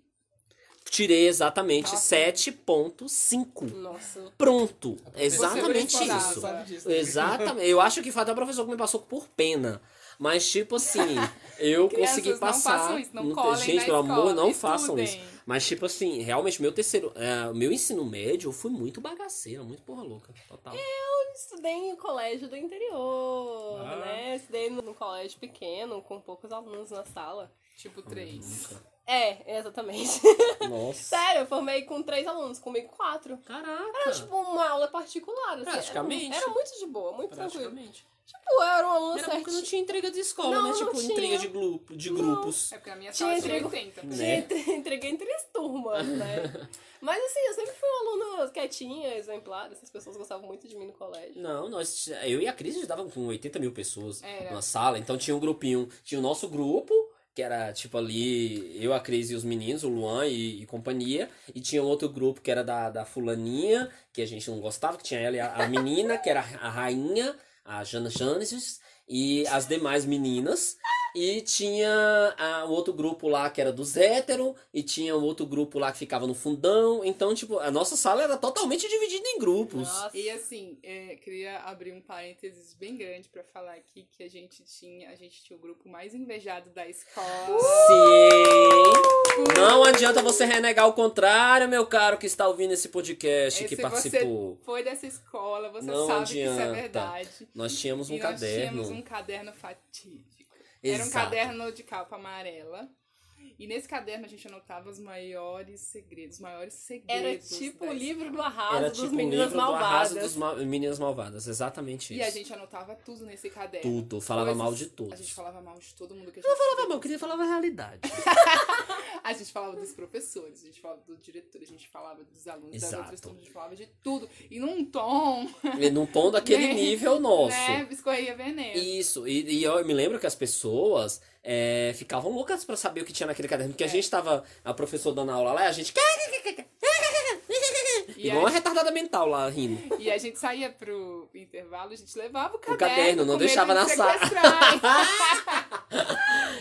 Tirei exatamente Nossa. 7.5. Nossa. Pronto. professora Exatamente foi isso. responsável. disso. né? Exatamente. Eu acho que foi até o professor que me passou por pena. Mas, tipo assim, eu Crianças, consegui passar. Não façam isso, não Não tem- colhem Gente, na pelo escola, amor, não estudem. façam isso. Mas, tipo assim, realmente, meu terceiro. é, meu ensino médio, eu fui muito bagaceira, muito porra louca. Total. É, estudei em colégio do interior, Ah. né? Estudei num colégio pequeno, com poucos alunos na sala. Tipo 3. Nunca. É, exatamente. Nossa. Sério, eu formei com três alunos, comigo quatro. Ah, Era Caraca. tipo uma aula particular, assim. era- Praticamente. Era, muito de boa, muito tranquilo. Praticamente. Tipo, eu era um aluno Era porque certinho. não tinha entrega de escola, Não, né? não Tipo, tinha. entrega de, grupo, de grupos. É porque a minha Tinha sala tinha entrego- 80. Né? Tinha entre- Entreguei em três turmas, né? Mas assim, eu sempre fui uma aluna quietinha, exemplar. Essas pessoas gostavam muito de mim no colégio. Não, nós, eu e a Cris estudavam com 80 mil pessoas Era. na sala, então tinha um grupinho, tinha o nosso grupo, que era tipo ali, eu, a Cris e os meninos, o Luan e, e companhia, e tinha um outro grupo que era da, da fulaninha, que a gente não gostava, que tinha ela e a, a menina, que era a rainha, a Jana Janesis, e as demais meninas. E tinha ah, o outro grupo lá que era dos hétero, e tinha o outro grupo lá que ficava no fundão. Então, tipo, a nossa sala era totalmente dividida em grupos. Nossa. E assim, é, queria abrir um parênteses bem grande pra falar aqui que a gente tinha, a gente tinha o grupo mais invejado da escola. Sim! Uh! Não adianta você renegar o contrário, meu caro que está ouvindo esse podcast É, que se participou. Foi dessa escola, você Não sabe que isso adianta. é verdade. Nós tínhamos um e nós caderno. tínhamos um caderno fatídico. Era um Exato. caderno de capa amarela. E nesse caderno a gente anotava os maiores segredos, os maiores segredos. Era tipo da o livro do escola. arraso Era dos tipo um meninas livro do malvadas. arraso dos ma- meninas malvadas. Exatamente isso. E a gente anotava tudo nesse caderno. Tudo. Falava Coisas- mal de todos. A gente falava mal de todo mundo que a gente falava mal, eu queria falava a realidade. A gente falava dos professores, a gente falava do diretor, a gente falava dos alunos das Exato. outras turmas, a gente falava de tudo. E num tom, E Num tom daquele Né? nível nosso. né, escorria veneno. Isso, e, e eu me lembro que as pessoas é, ficavam loucas pra saber o que tinha naquele caderno, porque a É. gente tava, a professora dando aula lá, e a gente. E Igual uma a, retardada mental lá rindo. e a gente saía pro intervalo, a gente levava o caderno. caderno, não com medo deixava de na sala. sequestrar.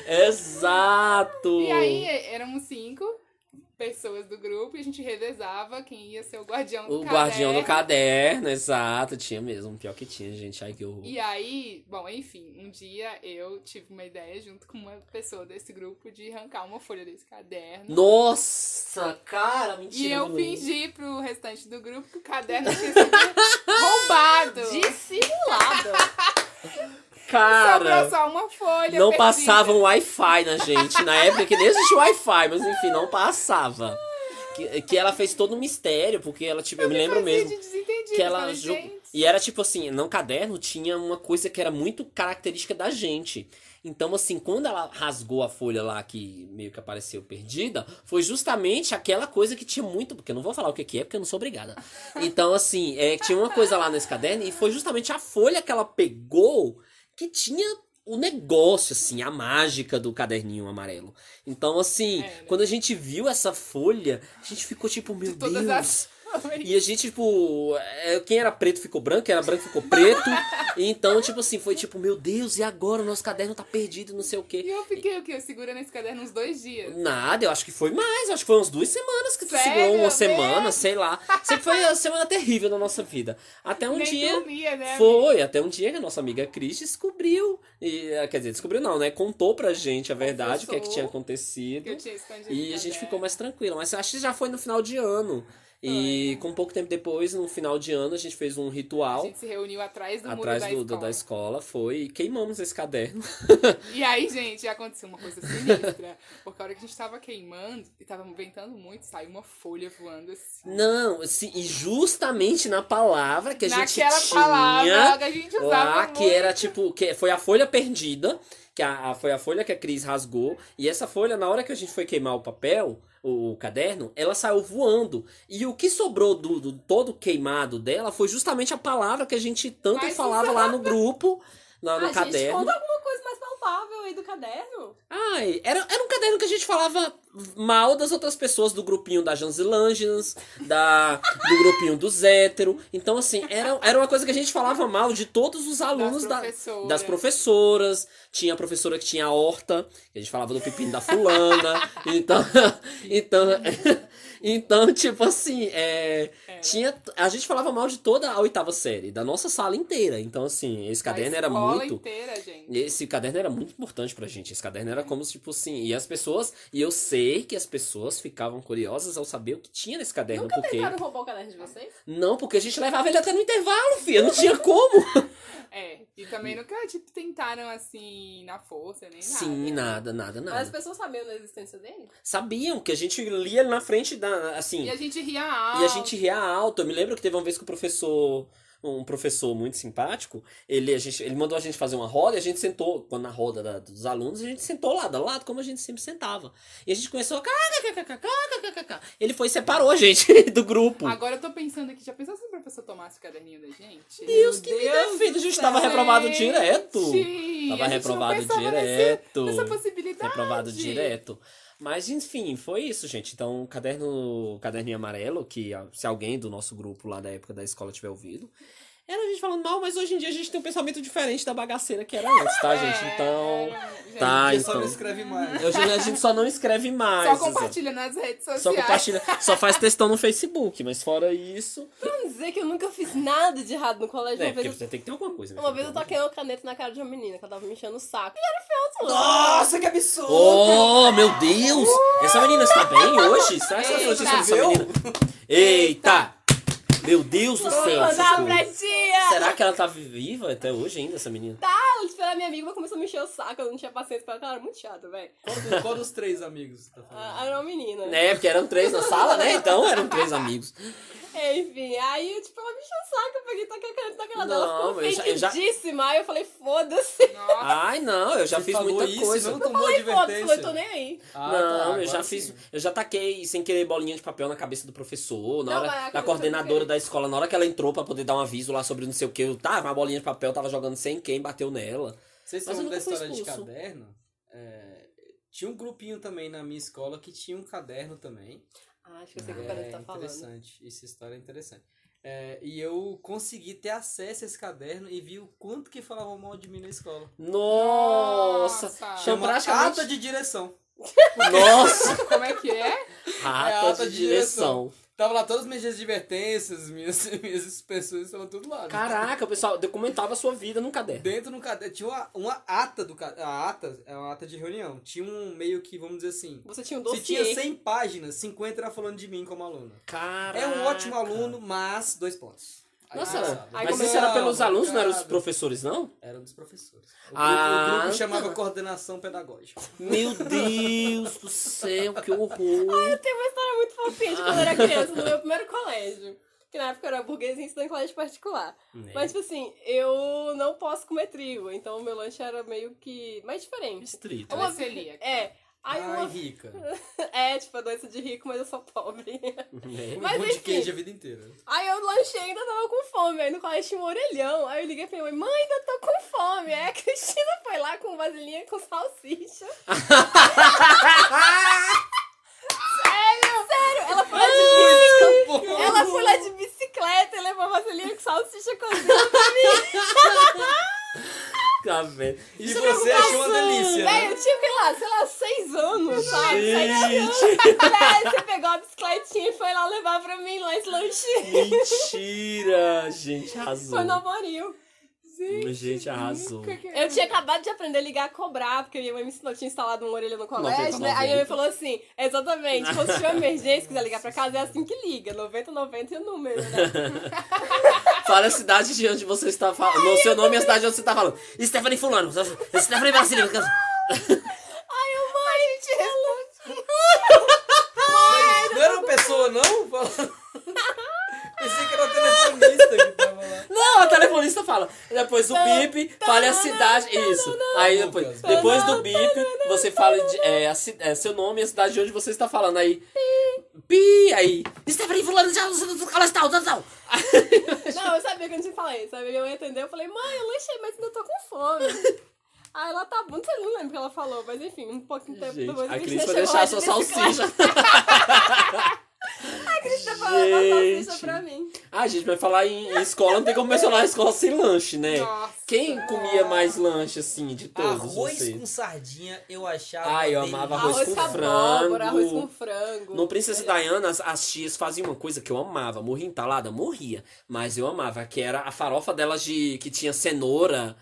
Exato! e aí éramos cinco pessoas do grupo e a gente revezava quem ia ser o guardião do O caderno. guardião do caderno, exato, tinha mesmo. Pior que tinha, gente. Ai, que horror. E aí, bom, enfim, um dia eu tive uma ideia junto com uma pessoa desse grupo de arrancar uma folha desse caderno. Nossa, cara, mentira. E eu Lu. fingi pro restante do grupo que o caderno tinha sido roubado. Dissimulada. Sobrou Cara, só uma folha. não perdida. passavam Wi-Fi na gente. Na época que nem existia Wi-Fi, mas enfim, não passava. Que, que ela fez todo um mistério, porque ela, tipo, eu me lembro Fazia mesmo. de desentendido. que ela Falei, ju- gente, E era tipo assim, não caderno, tinha uma coisa que era muito característica da gente. Então, assim, quando ela rasgou a folha lá que meio que apareceu perdida, foi justamente aquela coisa que tinha muito. Porque eu não vou falar o que que é, porque eu não sou obrigada. Então, assim, é, tinha uma coisa lá nesse caderno e foi justamente a folha que ela pegou que tinha o negócio, assim, a mágica do caderninho amarelo. Então, assim, É, né? quando a gente viu essa folha, a gente ficou tipo, meu De todas Deus. as E a gente, tipo, é, quem era preto ficou branco, quem era branco ficou preto. então, tipo assim, foi tipo, meu Deus, e agora o nosso caderno tá perdido, não sei o E quê. eu fiquei o quê? Eu segurando esse caderno uns dois dias. Nada, eu acho que foi mais, eu acho que foi umas duas semanas que tu Sério segurou, uma mesmo? semana, sei lá. Sempre foi uma semana terrível da nossa vida. Até um Nem dia. dormia, né? Foi, até um dia que a nossa amiga Cris descobriu. E, eh, quer dizer, descobriu não, né? Contou pra gente a verdade, o que é que Confessou tinha Que eu acontecido. tinha escondido E a gente ficou mais tranquila. Mas acho que já foi no final de ano. E com um pouco tempo depois, no final de ano, a gente fez um A ritual gente se reuniu atrás do atrás um muro do, da, do- da escola. escola. Foi e queimamos esse caderno. E aí, gente, aconteceu uma coisa sinistra. Porque a hora que a gente tava queimando e tava ventando muito, saiu uma folha voando assim. Não, assim, e justamente na palavra que a Naquela gente tinha. palavra que a gente usava lá que muito. era tipo que foi a folha perdida que a, a- foi a folha que a Cris rasgou e essa folha na hora que a gente foi queimar o papel o, o caderno ela saiu voando e o que sobrou do, do todo queimado dela foi justamente a palavra que a gente tanto Mas falava lá no grupo lá no Ah, gente, caderno conta alguma coisa mais palpável aí do caderno. ai era, era um caderno que a gente falava mal das outras pessoas do grupinho da Janzilanginas, da do grupinho do Zétero então assim era, era uma coisa que a gente falava mal de todos os alunos da, professoras. das professoras, tinha a professora que tinha a horta, que a gente falava do pepino da fulana, então, então, então, tipo assim, é, Era. tinha, a gente falava mal de toda a oitava série, da nossa sala inteira, então assim, esse Da caderno era escola muito, inteira, gente. esse caderno era muito importante pra gente. Esse caderno era como, tipo assim, e as pessoas. E eu sei que as pessoas ficavam curiosas ao saber o que tinha nesse caderno. Nunca porque. tentaram roubar o caderno de vocês? Não, porque a gente levava ele até no intervalo, filha. Não tinha como. É. E também nunca, tipo, tentaram assim, na força, nem nada. Sim, nada, nada, nada. Mas as pessoas sabiam da existência dele? sabiam que a gente lia na frente da. Assim, E e é a a, gente ria alto. gente tipo, ria alto. Eu me lembro que teve uma vez que o professor. Um professor muito simpático, ele, a gente, ele mandou a gente fazer uma roda e a gente sentou, quando na roda da- dos alunos, a gente sentou lado a lado, como a gente sempre sentava. E a gente começou a. cá, cá, cá, cá, cá, cá, cá, cá. Ele foi e separou a gente do grupo. Agora eu tô pensando aqui, já pensou se o professor tomasse o caderninho da gente? Deus que me Deus defenda, a gente tava céu. reprovado direto. Gente, Tava a gente não reprovado pensava direto. Nesse, nessa possibilidade. reprovado direto. Mas enfim, foi isso, gente. Então, o caderno, o caderninho amarelo, que ah, se alguém do nosso grupo lá da época da escola tiver ouvido, era a gente falando mal, mas hoje em dia a gente tem um pensamento diferente da bagaceira que era antes, tá, gente? Então, É, gente, tá, Ele só não então. escreve mais. hoje a gente só não escreve mais. Só Isa. compartilha nas redes sociais. Só compartilha, só faz textão no Facebook, mas fora isso, Vamos dizer que eu nunca fiz nada de errado no colégio. é, uma vez porque eu você tem que ter alguma coisa. né? Uma vez eu toquei uma caneta na cara de uma menina que ela tava me enchendo o saco. Nossa, que absurdo! Oh, meu Deus! Essa menina está bem hoje? Será que essa Eita. notícia dessa menina? Eita! Meu Deus do Vou céu! essas mandar pra coisas. tia! Será que ela tá viva até hoje ainda, essa menina? Ela, tipo, era minha amiga, mas começou a me encher o saco. Eu não tinha paciência pra ela, ela era muito chata, velho. Qual, do- qual dos três amigos? Tá falando? Ah, Era uma menina. É, porque eram três na sala, né? Então eram três amigos. Enfim, aí, tipo, ela me encheu o saco. Eu peguei e toquei a caneta na cara dela. Não, Ela ficou eu já- eu já- ofendidíssima. Aí eu falei, foda-se. Nossa, Ai, não, eu já Você fiz falou muita isso, coisa. Não Não, tomou Falei, foda-se, advertência. eu tô nem aí. Ah, tá, eu já agora fiz. sim. Eu já taquei sem querer bolinha de papel na cabeça do professor, na Não, mas a hora da cabeça coordenadora do quê? da escola, na hora que ela entrou pra poder dar um aviso lá sobre não sei o que, eu tava, a bolinha de papel tava jogando sem quem, bateu nela. Vocês Mas eu sabem da nunca fui história de expulso. caderno? É, tinha um grupinho também na minha escola que tinha um caderno também. Ah, acho que eu sei o que o É cara tá falando. interessante, essa história é interessante. É, e eu consegui ter acesso a esse caderno e vi o quanto que falavam mal de mim na escola. Nossa! Nossa. Chama- Chama praticamente- ata de direção. Nossa! como é que é? Rata, É, rata de de direção. Tava lá todas as minhas advertências, minhas, minhas suspensões, tava tudo lá. Caraca, o pessoal documentava a sua vida num caderno. Dentro no caderno, tinha uma, uma ata do caderno. A ata é uma ata de reunião. Tinha um meio que, vamos dizer assim. Você tinha um Se tinha dossiê. 100 páginas, 50 era falando de mim como aluna. Caraca. É um ótimo aluno, mas dois pontos. Aí Nossa, eu era- pensava, Aí mas é começou- isso era pelos "Não, alunos, não era dos obrigado." professores, não? Era um dos professores. O grupo, Ah, o grupo chamava tá. coordenação pedagógica. Meu Deus do céu, que horror. Ah. Tem uma história muito fofinha de quando eu era criança, no meu primeiro colégio. que na época eu era burguesa e estudando em colégio particular. Né? Mas, tipo assim, eu não posso comer trigo, então o meu lanche era meio que mais diferente. Estrito. Ou Uma- a celíaca. É, aí Ai, uma... rica. É, tipo, a doença de rico, mas eu sou pobre. né? Mas Mas de enfim. queijo a vida inteira. Aí eu lanchei e ainda tava com fome. Aí no colégio tinha um orelhão. Aí eu liguei pra minha mãe, mãe, ainda tô com fome. Aí a Cristina foi lá com vasilhinha com salsicha. Sério? Sério, ela foi lá de, ela foi lá de bicicleta e levou vasilhinha com salsicha cozida pra mim. Tá vendo? E você achou uma Véi, delícia, né? eu tinha, sei lá, sei lá, seis é anos, sabe? Sete anos. Gente, Véi, você pegou a bicicletinha e foi lá levar pra mim lá esse lanchinho. mentira! Gente, arrasou. Foi no Amoril. Gente, arrasou. Nunca que- Eu tinha acabado de aprender a ligar a cobrar, porque minha mãe me ensinou, eu tinha instalado um orelha no colégio, 90, né? Aí minha mãe falou assim, exatamente, quando tiver uma emergência, se quiser ligar pra casa, é assim que liga, 9090 é o número, né? Fala a cidade de onde você está falando. O seu nome e a cidade de onde você está falando. Stephanie Fulano. Stephanie Brasileiro. Aí eu, mãe, gente, Não era uma pessoa, não? Fala- Pensei que era uma telefonista que tava lá. Não, a telefonista fala. Depois do bip, fala a cidade. Isso. Aí depois, Lucas. depois do bip, você fala de- é, a ci- é, seu nome e a cidade de onde você está falando. Aí. Pi, aí. Stephanie Fulano já ela está, tal, tal. Não, eu sabia que eu não tinha falado isso, sabe? Minha mãe atendeu, eu falei, mãe, eu lanchei, mas ainda tô com fome. Aí ela tá bom, não sei, não lembro o que ela falou, mas enfim, um pouquinho de tempo Gente, depois a Cristina Cris vai chegou deixar lá a sua de bicicleta, salsicha. Ela falou uma salsicha Gente. pra mim. Ah, gente, vai falar em, em escola, não tem como mencionar a escola sem lanche, né? Nossa. Quem comia mais lanche, assim, de todos Arroz vocês? com sardinha, eu achava. Ai, eu delícia. amava Arroz, com com abóbora, frango. arroz com frango. No Princesa Diana, as, as tias faziam uma coisa que eu amava. Morria entalada? Morria. Mas eu amava, que era a farofa delas de... Que tinha cenoura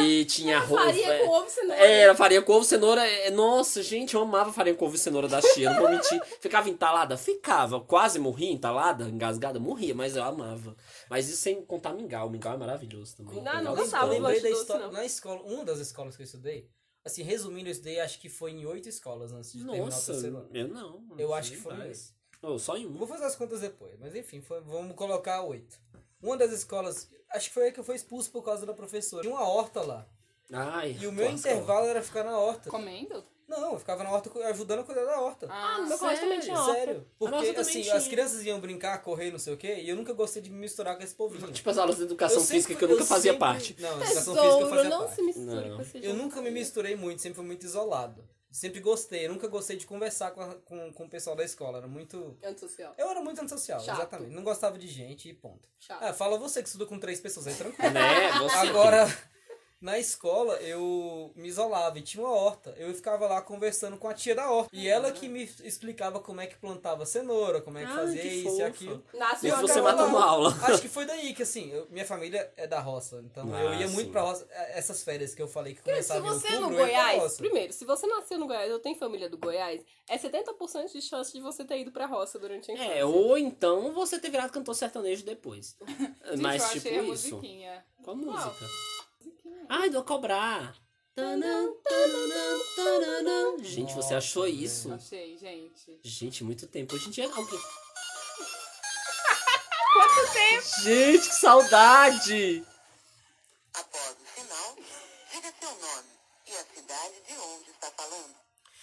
e tinha arroz. Faria é, Ah, com ovo, né? cenoura. é, era farinha com ovo, cenoura. é, nossa, gente, eu amava farinha com ovo e cenoura da tia, não vou mentir. Ficava entalada? Ficava. Quase morria entalada, engasgada? Morria, mas eu amava. Mas isso sem contar mingau. Mingau é maravilhoso também. Não, não Eu gostava, Eu adoro. lembrei lanche da doce, história. não. Na escola, uma das escolas que eu estudei, assim, resumindo, eu estudei acho que foi em oito escolas antes de terminar o Nossa, terceiro ano. eu não. Eu não acho sei que foram mais. esse. Oh, só em um. Vou fazer as contas depois, mas enfim, foi- vamos colocar oito. Uma das escolas, acho que foi a que eu fui expulso por causa da professora. Tinha uma horta lá. Ai, E o meu clássico. intervalo era ficar na horta. Comendo? Não, eu ficava na horta cu- ajudando a cuidar da horta. É Ah, no meu colégio também tinha sério? horta. Sério? Porque nossa, eu também assim, tinha. as crianças iam brincar, correr, não sei o quê, e eu nunca gostei de me misturar com esse povinho. Tipo as aulas de educação sempre- física que eu nunca fazia sempre- parte. Não, educação física eu Tesouro, fazia não parte. se misture Não. com esse Eu jogo. nunca me misturei muito, sempre fui muito isolado. Sempre gostei, eu nunca gostei de conversar com, a- com, com o pessoal da escola. Era muito. Antissocial. Eu era muito antissocial, Chato. exatamente. Não gostava de gente e ponto. Chato. Ah, fala você que estudou com três pessoas, aí tranquilo. Né? Você Agora, na escola, eu me isolava e tinha uma horta. Eu ficava lá conversando com a tia da horta. E ela que me explicava como é que plantava cenoura, como é que Ah, fazia que isso e fofa. aquilo. Nasce E uma se você Eu mata um acabava uma lá. aula. Acho que foi daí que, assim, eu- minha família é da roça. Então, Ah, eu ia muito sim. pra roça. eh, Essas férias que eu falei que Se começava você um em é no outubro, eu ia pra Goiás, roça. primeiro, se você nasceu no Goiás ou tem família do Goiás, é 70% de chance de você ter ido pra roça durante a infância. É, ou então você ter virado cantor sertanejo depois. Gente, eu Mas achei tipo a isso. musiquinha. Qual música? Ai, do cobrar. Tanam, tananam, tananam. Gente, você Nossa, achou velho. isso? Achei, gente. Gente, muito tempo. Hoje em dia alguém. Quanto tempo? Gente, que saudade! Após o sinal, diga seu nome e a cidade de onde está falando.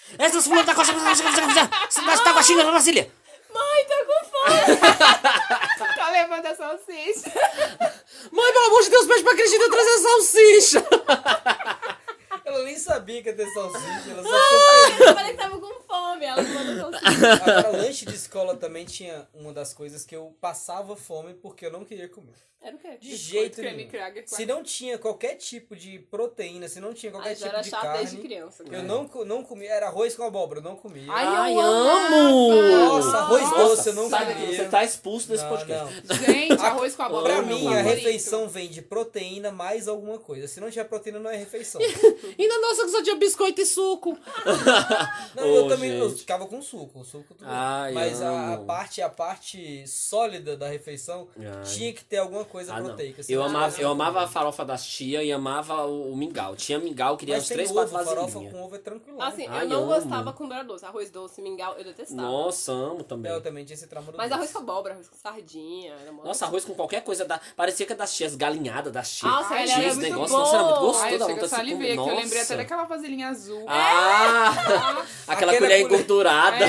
Essas mulheres da coxa. Cidade da Coxinha, Brasília! Mãe, tô com fome! Tá levando a salsicha. Mãe, pelo amor de Deus, pede pra Cristina trazer salsicha! Ela nem sabia que ia ter salsicha, ela só ficou Eu falei que tava com fome, ela me mandou salsicha. feliz. Agora, lanche de escola também tinha uma das coisas que eu passava fome porque eu não queria comer. Era o quê? De jeito creme nenhum. Krager, Se não tinha qualquer tipo de proteína, se não tinha é qualquer Ai, Ah, já tipo era de chato desde carne, criança. né? eu não, co- não comia. Era arroz com abóbora, eu não comia. Ai, Ai, eu amo! amava. Nossa, arroz Nossa, doce, eu não sabe, comia. Você tá expulso desse Não, podcast. não. Gente, arroz com abóbora. Pra é o meu mim, a favorito. refeição vem de proteína mais alguma coisa. Se não tiver proteína, não é refeição. E na nossa que só tinha biscoito e suco. Não, eu Ô, também eu gente. ficava com suco, o suco tudo bem. Ai, Mas a, a amo. parte, a parte sólida da refeição Ai. tinha que ter alguma coisa Ah, não. proteica. Eu senão- amava, eu amava a farofa das tia e amava o, o mingau. Tinha mingau, queria Mas uns tem 3, ovo, 4 farofa vasilhinhas. com ovo é tranquilo. Assim, Ai, eu não amo. gostava com dourado doce. Arroz doce, mingau, eu detestava. Nossa, amo também. É, eu também tinha esse trauma do Mas arroz doce. com abóbora, arroz com sardinha. Era mó Nossa, arroz com qualquer coisa da. Parecia que é das tias, galinhada das tias. Nossa, Ai, galera, gente, é esse muito negócio bom. nossa, era muito gostoso. Ai, eu dá chega, eu vontade de salivei comer. aqui, eu lembrei Nossa. até daquela vasilhinha azul. Ah! Aquela Aquela colher colher- engordurada.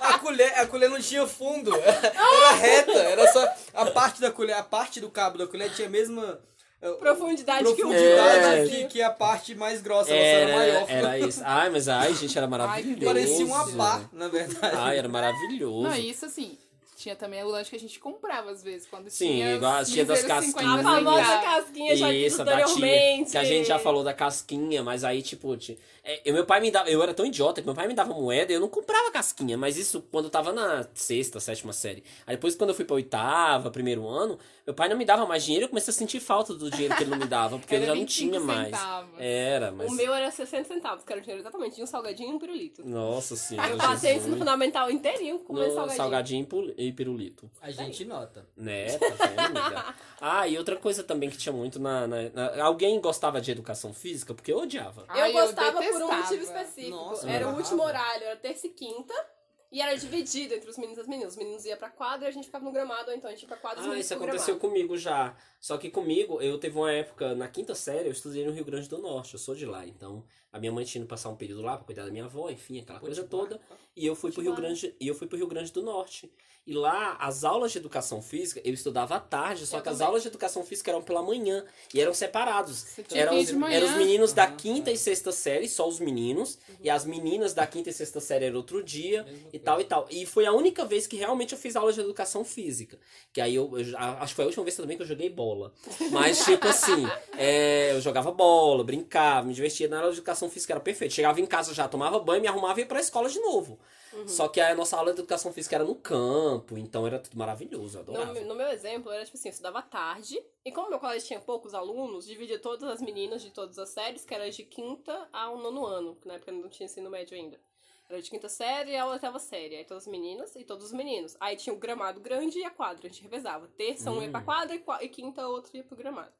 A colher, a colher não tinha fundo. Ah! Era reta. Era só a parte da colher, a parte do cabo da colher tinha a mesma eh, Profundidade, profundidade que que, o que a parte mais grossa, ela só era É. Era, maior. era isso. Ai, mas ai, gente, era maravilhoso. Parecia uma Deus. pá, na verdade. Ai, era maravilhoso. Não, isso assim. Tinha também o lanche que a gente comprava às vezes, quando Sim, tinha. igual a tia das né? 0,50 casquinhas. Mas A famosa lembrar. casquinha já disse Isso, da tia. anteriormente. Que a gente já falou da casquinha, mas aí, tipo, ti- é, eu, meu pai me dava. Eu era tão idiota que meu pai me dava moeda e eu não comprava casquinha. Mas isso quando eu tava na sexta, sétima série. Aí depois, quando eu fui pra oitava, primeiro ano, meu pai não me dava mais dinheiro, eu comecei a sentir falta do dinheiro que ele não me dava, porque Era ele já não 25 tinha mais. centavos. Era, mas. O meu era 60 centavos, que era o dinheiro exatamente de um salgadinho e um pirulito. Nossa senhora. Eu passei isso no Jesus. fundamental inteirinho com No meu salgadinho. salgadinho e pul- e pirulito. A gente nota. Né? Tá vendo, amiga? ah, e outra coisa também que tinha muito na, na- na- Alguém gostava de educação física? Porque eu odiava. Eu Ai, gostava por um detestava. motivo específico. Nossa, era eu o último amava. horário, era terça e quinta. E era dividido entre os meninos e as meninas. Os meninos iam pra quadra e a gente ficava no gramado, ou então a gente ia pra quadra e os Ah, meninos isso pro aconteceu gramado. comigo já. Só que comigo, eu teve uma época, na quinta série, eu estudei no Rio Grande do Norte, eu sou de lá. Então, a minha mãe tinha ido passar um período lá pra cuidar da minha avó, enfim, aquela coisa toda. E eu fui pro Rio Grande, e eu fui pro Rio Grande do Norte. E lá, as aulas de educação física, eu estudava à tarde, só Eu que as também. aulas de educação física eram pela manhã e eram separados. Você tinha Eram que ir os, de manhã. eram os meninos da Aham, quinta é. e sexta série, só os meninos. E as meninas da quinta e sexta série era outro dia. Mesma E coisa. tal e tal. E foi a única vez que realmente eu fiz aula de educação física. Que aí eu, eu- a- acho que foi a última vez também que eu joguei bola. Mas, tipo assim, é, eu jogava bola, brincava, me divertia. Na aula de educação física era perfeito. Chegava em casa já, tomava banho, me arrumava e ia pra escola de novo. Uhum. Só que a nossa aula de educação física era no campo, então era tudo maravilhoso, eu adorava. No, no meu exemplo, era tipo assim, eu estudava à tarde. E como meu colégio tinha poucos alunos, dividia todas as meninas de todas as séries, que era de quinta ao nono ano, que na época não tinha ensino médio ainda. Era de quinta série ao oitava série. Aí todas as meninas e todos os meninos. Aí tinha o gramado grande e a quadra. A gente revezava. Terça, um ia Hum. pra quadra e, qua- e quinta, outro ia pro gramado.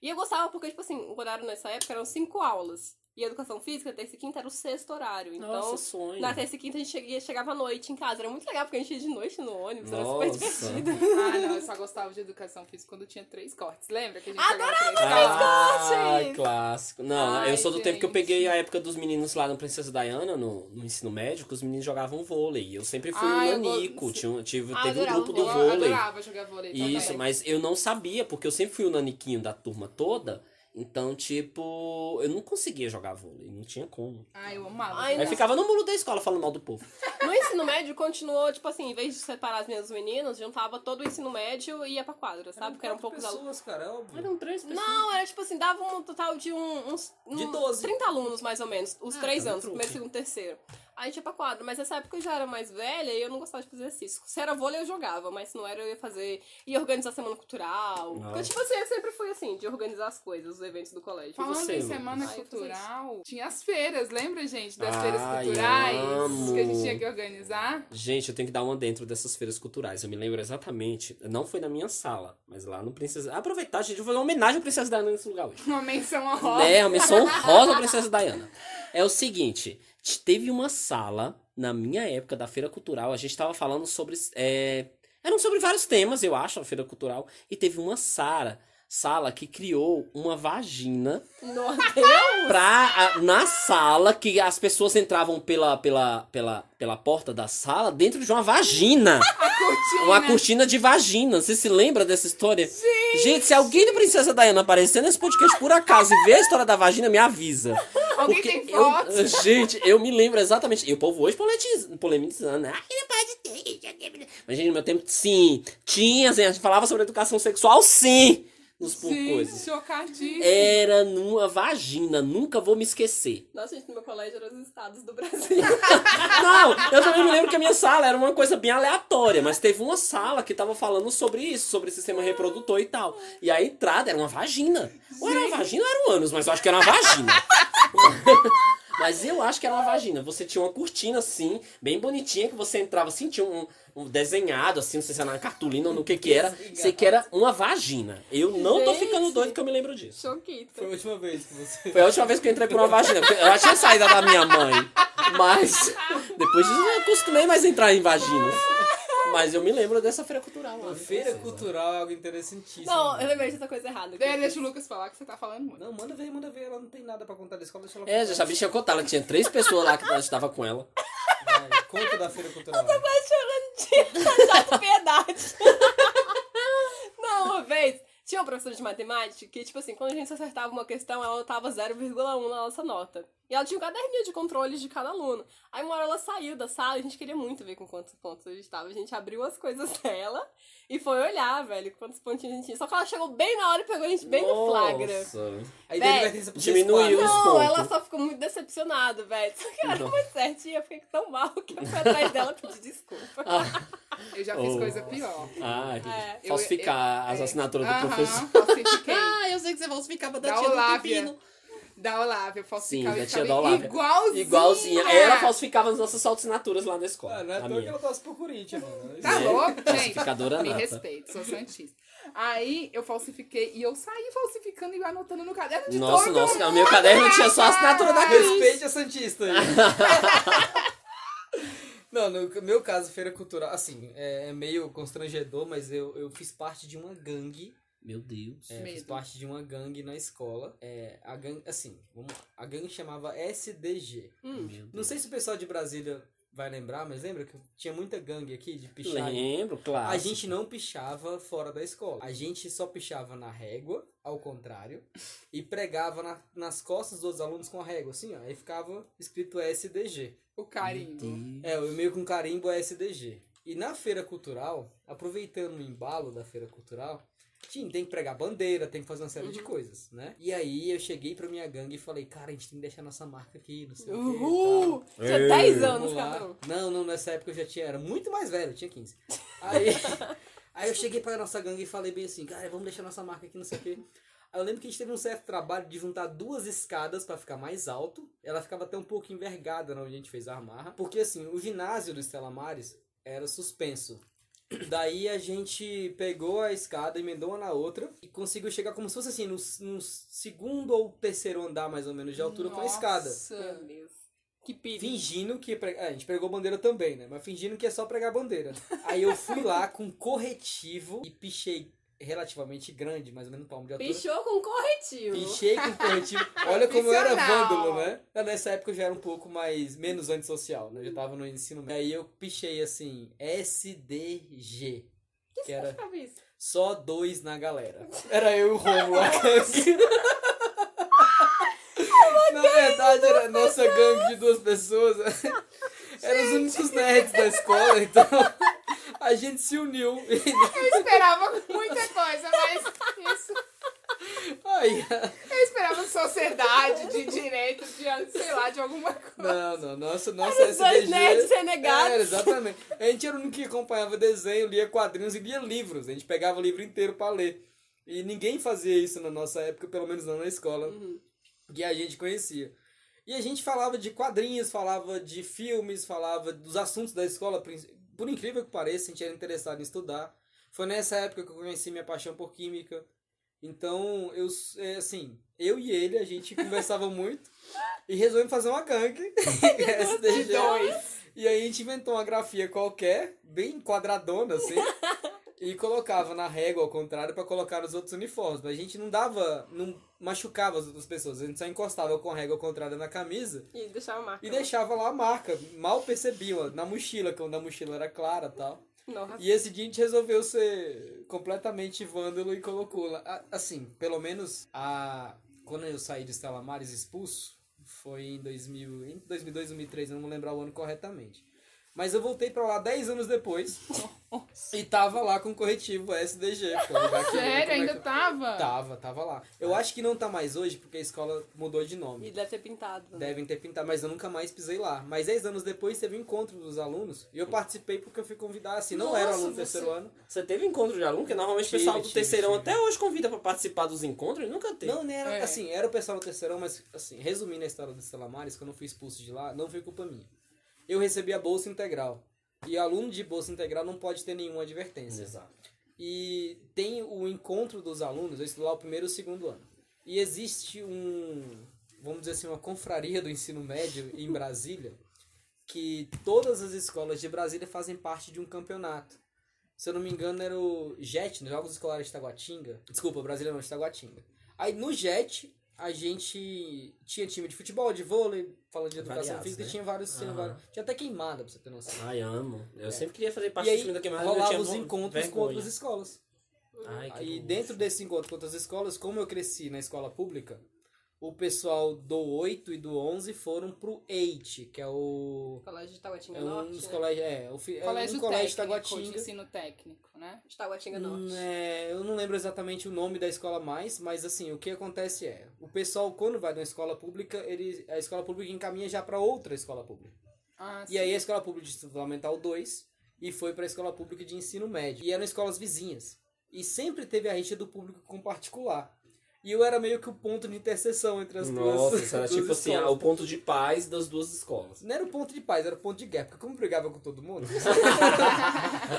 E eu gostava porque, tipo assim, o horário nessa época eram cinco aulas. E a educação física, terça e quinta, era o sexto horário. Então, Nossa, sonho. na terça e quinta a gente cheguei- chegava à noite em casa. Era muito legal porque a gente ia de noite no ônibus, era super Nossa. divertido. Ah, não, eu só gostava de educação física quando tinha três cortes. Lembra que a gente Adorava três cortes? Ah, cortes! clássico. Não, Ai, eu sou do tempo que eu gente. peguei a época dos meninos lá no Princesa Diana, no, no ensino médio, que os meninos jogavam vôlei. E Eu sempre fui Ah, eu um nanico. go- Tinha um- tive, Ah, teve um adorava grupo do Eu vôlei. adorava jogar vôlei então também. Isso, mas eu não sabia, porque eu sempre fui o naniquinho da turma toda. Então, tipo, eu não conseguia jogar vôlei, não tinha como. Ai, eu amava. Ai, Aí não. jogar. ficava no muro da escola falando mal do povo. No ensino médio continuou, tipo assim, em vez de separar as meninas e os meninos, juntava todo o ensino médio e ia pra quadra, sabe? um Porque eram Quatro poucos alunos. pessoas, cara, é óbvio. Eram três Não, era tipo assim, dava um total de um- uns, De uns 12. 30 alunos, mais ou menos. Os Ah, três tá no anos, truque. primeiro, segundo, terceiro. Aí a gente ia pra quadra, mas nessa época eu já era mais velha e eu não gostava de fazer exercício. Se era vôlei, eu jogava, mas se não era, eu ia fazer. ia organizar a semana cultural. Nossa. Porque, tipo assim, eu sempre fui assim, de organizar as coisas, os eventos do colégio. Falando você, em Lucas? semana Ai, eu fiz cultural, tinha as feiras, lembra, gente? Das Ai, feiras culturais amo. que a gente tinha que organizar. Gente, eu tenho que dar uma dentro dessas feiras culturais. Eu me lembro exatamente. Não foi na minha sala, mas lá no Princesa. Aproveitar, gente, eu vou fazer uma homenagem à Princesa Diana nesse lugar hoje. Uma menção honrosa. Né, uma menção honrosa à Princesa Diana. É o seguinte, te- teve uma sala, na minha época da Feira Cultural, a gente tava falando sobre... é, eram sobre vários temas, eu acho, a Feira Cultural. E teve uma Sara, sala que criou uma vagina Nossa, pra, a- na sala que as pessoas entravam pela, pela, pela, pela porta da sala dentro de uma vagina. Cortina. Uma cortina de vagina. Você se lembra dessa história? Gente, se alguém do Princesa Diana aparecer nesse podcast por acaso e ver a história da vagina, me avisa. Alguém Porque tem eu- foto? Gente, eu me lembro exatamente. E o povo hoje polemiza- polemizando. Ah, que não pode ter. Mas, gente, no meu tempo, sim. Tinha, assim, a gente falava sobre educação sexual, sim. Nos coisas. Gente, É. chocadíssimo. Era numa vagina, nunca vou me esquecer. Nossa, gente, no meu colégio eram os estados do Brasil. Não, eu também me lembro que a minha sala era uma coisa bem aleatória, mas teve uma sala que tava falando sobre isso, sobre sistema reprodutor e tal. E a entrada era uma vagina. Ou era uma vagina ou era um ânus, mas eu acho que era uma vagina. Mas eu acho que era uma vagina. Você tinha uma cortina assim, bem bonitinha, que você entrava assim, tinha um, um desenhado assim, não sei se era na cartolina ou no que que era. Sei que era uma vagina. Eu não tô Gente. ficando doido que eu me lembro disso. Choquito. Foi a última vez que você. Foi a última vez que eu entrei por uma vagina. porque Eu já tinha saído da minha mãe. Mas depois disso eu não acostumei mais a entrar em vaginas. Mas eu me lembro dessa feira cultural. lá, Uma né? feira cultural é algo interessantíssimo. Não, eu lembrei de outra coisa errada. É, deixa o Lucas falar que você tá falando muito. Não, manda ver, manda ver. Ela não tem nada pra contar da escola, deixa ela É, contar. já sabia, tinha contado. Ela tinha três pessoas lá que ela estava com ela. Vai, Conta da feira cultural. Mas chorando de chato piedade. Não, uma vez. Tinha uma professora de matemática que, tipo assim, quando a gente acertava uma questão, ela anotava 0,1 na nossa nota. E ela tinha um caderninho de controles de cada aluno. Aí uma hora ela saiu da sala, a gente queria muito ver com quantos pontos a gente tava. A gente abriu as coisas dela e foi olhar, velho, quantos pontinhos a gente tinha. Só que ela chegou bem na hora e pegou a gente bem no flagra. Nossa. Aí Véi, daí vai ter diminuiu. os Não, pontos. ela só ficou muito decepcionada, velho. Só que ela era Não. muito certinha, eu fiquei tão mal que eu fui atrás dela pedir desculpa. Ah, Eu já fiz Oh. coisa pior. ah, É, que falsificar as é. assinaturas do Aham, professor. falsifiquei. eu sei que você falsificava da tia do pepino. Da Olávia, falsificava. Sim, da e tia ficava da Olávia. Igualzinha. tá Igualzinha. é. Ela falsificava as nossas assinaturas lá na escola. Ah, não é a à toa que minha. ela torce pro Corinthians, mano. Tá Né? louco, gente? Falsificadora Me nata. respeita, sou santista. Aí eu falsifiquei e eu saí falsificando e anotando no caderno de Nossa, todo nossa, mundo. o meu caderno tinha só a assinatura da Cris. Respeite a Santista aí. Não, no meu caso, feira cultural, assim, é, é meio constrangedor, mas eu, eu fiz parte de uma gangue. Meu Deus. É, fiz Medo. parte de uma gangue na escola. É, a gangue, assim, vamos lá. A gangue chamava SDG. Hum. Meu Deus. Não sei se o pessoal de Brasília vai lembrar, mas lembra que tinha muita gangue aqui de pichar? né? Lembro, claro. A gente não pichava fora da escola. A gente só pichava na régua, ao contrário, e pregava na- nas costas dos alunos com a régua, assim, ó. Aí ficava escrito SDG. O carimbo. É, o e-mail com carimbo é SDG. E na feira cultural, aproveitando o embalo da feira cultural, tinha, tem que pregar bandeira, tem que fazer uma série de coisas, né? E aí eu cheguei pra minha gangue e falei, cara, a gente tem que deixar nossa marca aqui, não sei o quê. e tal. Uhul! Tinha Ei, 10 Vamos anos lá. cada um. Não, não, nessa época eu já tinha, era muito mais velho, eu tinha 15. Aí, aí eu cheguei pra nossa gangue e falei bem assim, cara, vamos deixar nossa marca aqui, não sei o quê. Aí eu lembro que a gente teve um certo trabalho de juntar duas escadas pra ficar mais alto. Ela ficava até um pouco envergada na onde a gente fez a amarra. Porque assim, o ginásio do Estela Mares era suspenso. Daí a gente pegou a escada, emendou uma na outra e conseguiu chegar como se fosse assim, no, no segundo ou terceiro andar mais ou menos de altura com a escada. Nossa. Deus. Que perigo. Fingindo que. pre- é, a gente pregou bandeira também, né? Mas fingindo que é só pregar bandeira. Aí eu fui lá com um corretivo e pichei relativamente grande, mais ou menos um palmo de altura. Pichou com corretivo. Pichei com um corretivo. Olha como eu era Profissional. vândalo, né? Mas Nessa época eu já era um pouco mais. menos antissocial, né? Eu já tava no ensino médio. Aí eu pichei assim, SDG. que que era- significava isso? Só dois na galera. Era eu e o Romulo. a gangue. Na verdade, era a nossa gangue de duas pessoas. Eram os únicos nerds da escola, então a gente se uniu. Eu esperava muita coisa, mas isso. Aí, Eu esperava sociedade de direito, de sei lá, de alguma coisa. não, não, nossa, nossa Os dois nerds renegados. Era, É, exatamente. A gente era o único que acompanhava desenho, lia quadrinhos e lia livros. A gente pegava o livro inteiro pra ler. E ninguém fazia isso na nossa época, pelo menos não na escola. Uhum. que a gente conhecia. E a gente falava de quadrinhos, falava de filmes, falava dos assuntos da escola. prin- Por incrível que pareça, a gente era interessado em estudar. Foi nessa época que eu conheci minha paixão por química. Então, eu, s- é, assim, eu e ele, a gente conversava muito e resolvemos fazer uma gangue. De SDG. dois. E aí a gente inventou uma grafia qualquer, bem quadradona, assim. e colocava na régua ao contrário pra colocar nos outros uniformes. Mas a gente não dava, não machucava as outras pessoas. A gente só encostava com a régua ao contrário na camisa E deixava a marca. e deixava lá a marca. Mal percebiam, ó, na mochila, quando a mochila era clara e tal. Nossa. E esse dia a gente resolveu ser completamente vândalo e colocou lá. A- Assim, pelo menos a quando eu saí de Estelamares expulso, foi em 2000, em 2002, 2003, eu não vou lembrar o ano corretamente. Mas eu voltei pra lá 10 anos depois e tava lá com o corretivo SDG. pô, lugar que- como é Tá. que- Sério, ainda tá? Ah. tava? Tava, tava lá. Eu acho que não tá mais hoje porque a escola mudou de nome. E deve ter pintado. né? Devem ter pintado, mas eu nunca mais pisei lá. Mas 10 anos depois teve um encontro dos alunos e eu participei porque eu fui convidado. Assim, não era Hum. Nossa, aluno do você- terceiro ano. Você teve encontro de aluno, que normalmente o Tive, pessoal do tive, terceirão tive. até hoje convida pra participar dos encontros e nunca teve. Não, nem era É. assim, era o pessoal do terceirão, mas assim, resumindo a história do Estela Maris, quando eu fui expulso de lá, não foi culpa minha. Eu recebi a bolsa integral. E aluno de bolsa integral não pode ter nenhuma advertência. Exato. E tem o encontro dos alunos, eu estudo lá o primeiro e o segundo ano. E existe um, vamos dizer assim, uma confraria do ensino médio em Brasília, que todas as escolas de Brasília fazem parte de um campeonato. Se eu não me engano, era o JET, nos Jogos Escolares de Taguatinga. Desculpa, Brasília não, de Taguatinga. Aí no JET, a gente tinha time de futebol, de vôlei, falando de educação Variados, física, né? e tinha vários, tinha Aham. vários. Tinha até queimada, pra você ter noção. Ai, amo. Eu sempre queria fazer parte É. E do aí time da queimada. mas eu rolava tinha os mo- encontros com vergonha. outras escolas. Ai, que E bom. dentro desse encontro com outras escolas, como eu cresci na escola pública, o pessoal do 8 e do 11 foram pro 8, que é o. Colégio de Taguatinga É um Norte. dos né? colégios. É, o fi- é Colégio, um colégio de técnico, de Taguatinga. ensino técnico, né? De Taguatinga Norte. Hum, é, eu não lembro exatamente o nome da escola mais, mas assim, o que acontece é, o pessoal quando vai na escola pública, ele, a escola pública encaminha já pra outra escola pública. Ah, E aí a escola pública de ensino fundamental 2 e foi pra escola pública de ensino médio. E eram escolas vizinhas. E sempre teve a rixa do público com o particular. E eu era meio que o ponto de interseção entre as Nossa, duas. isso era duas tipo assim, ah, escolas. o ponto de paz das duas escolas. Não era o ponto de paz, era o ponto de guerra, porque como eu brigava com todo mundo.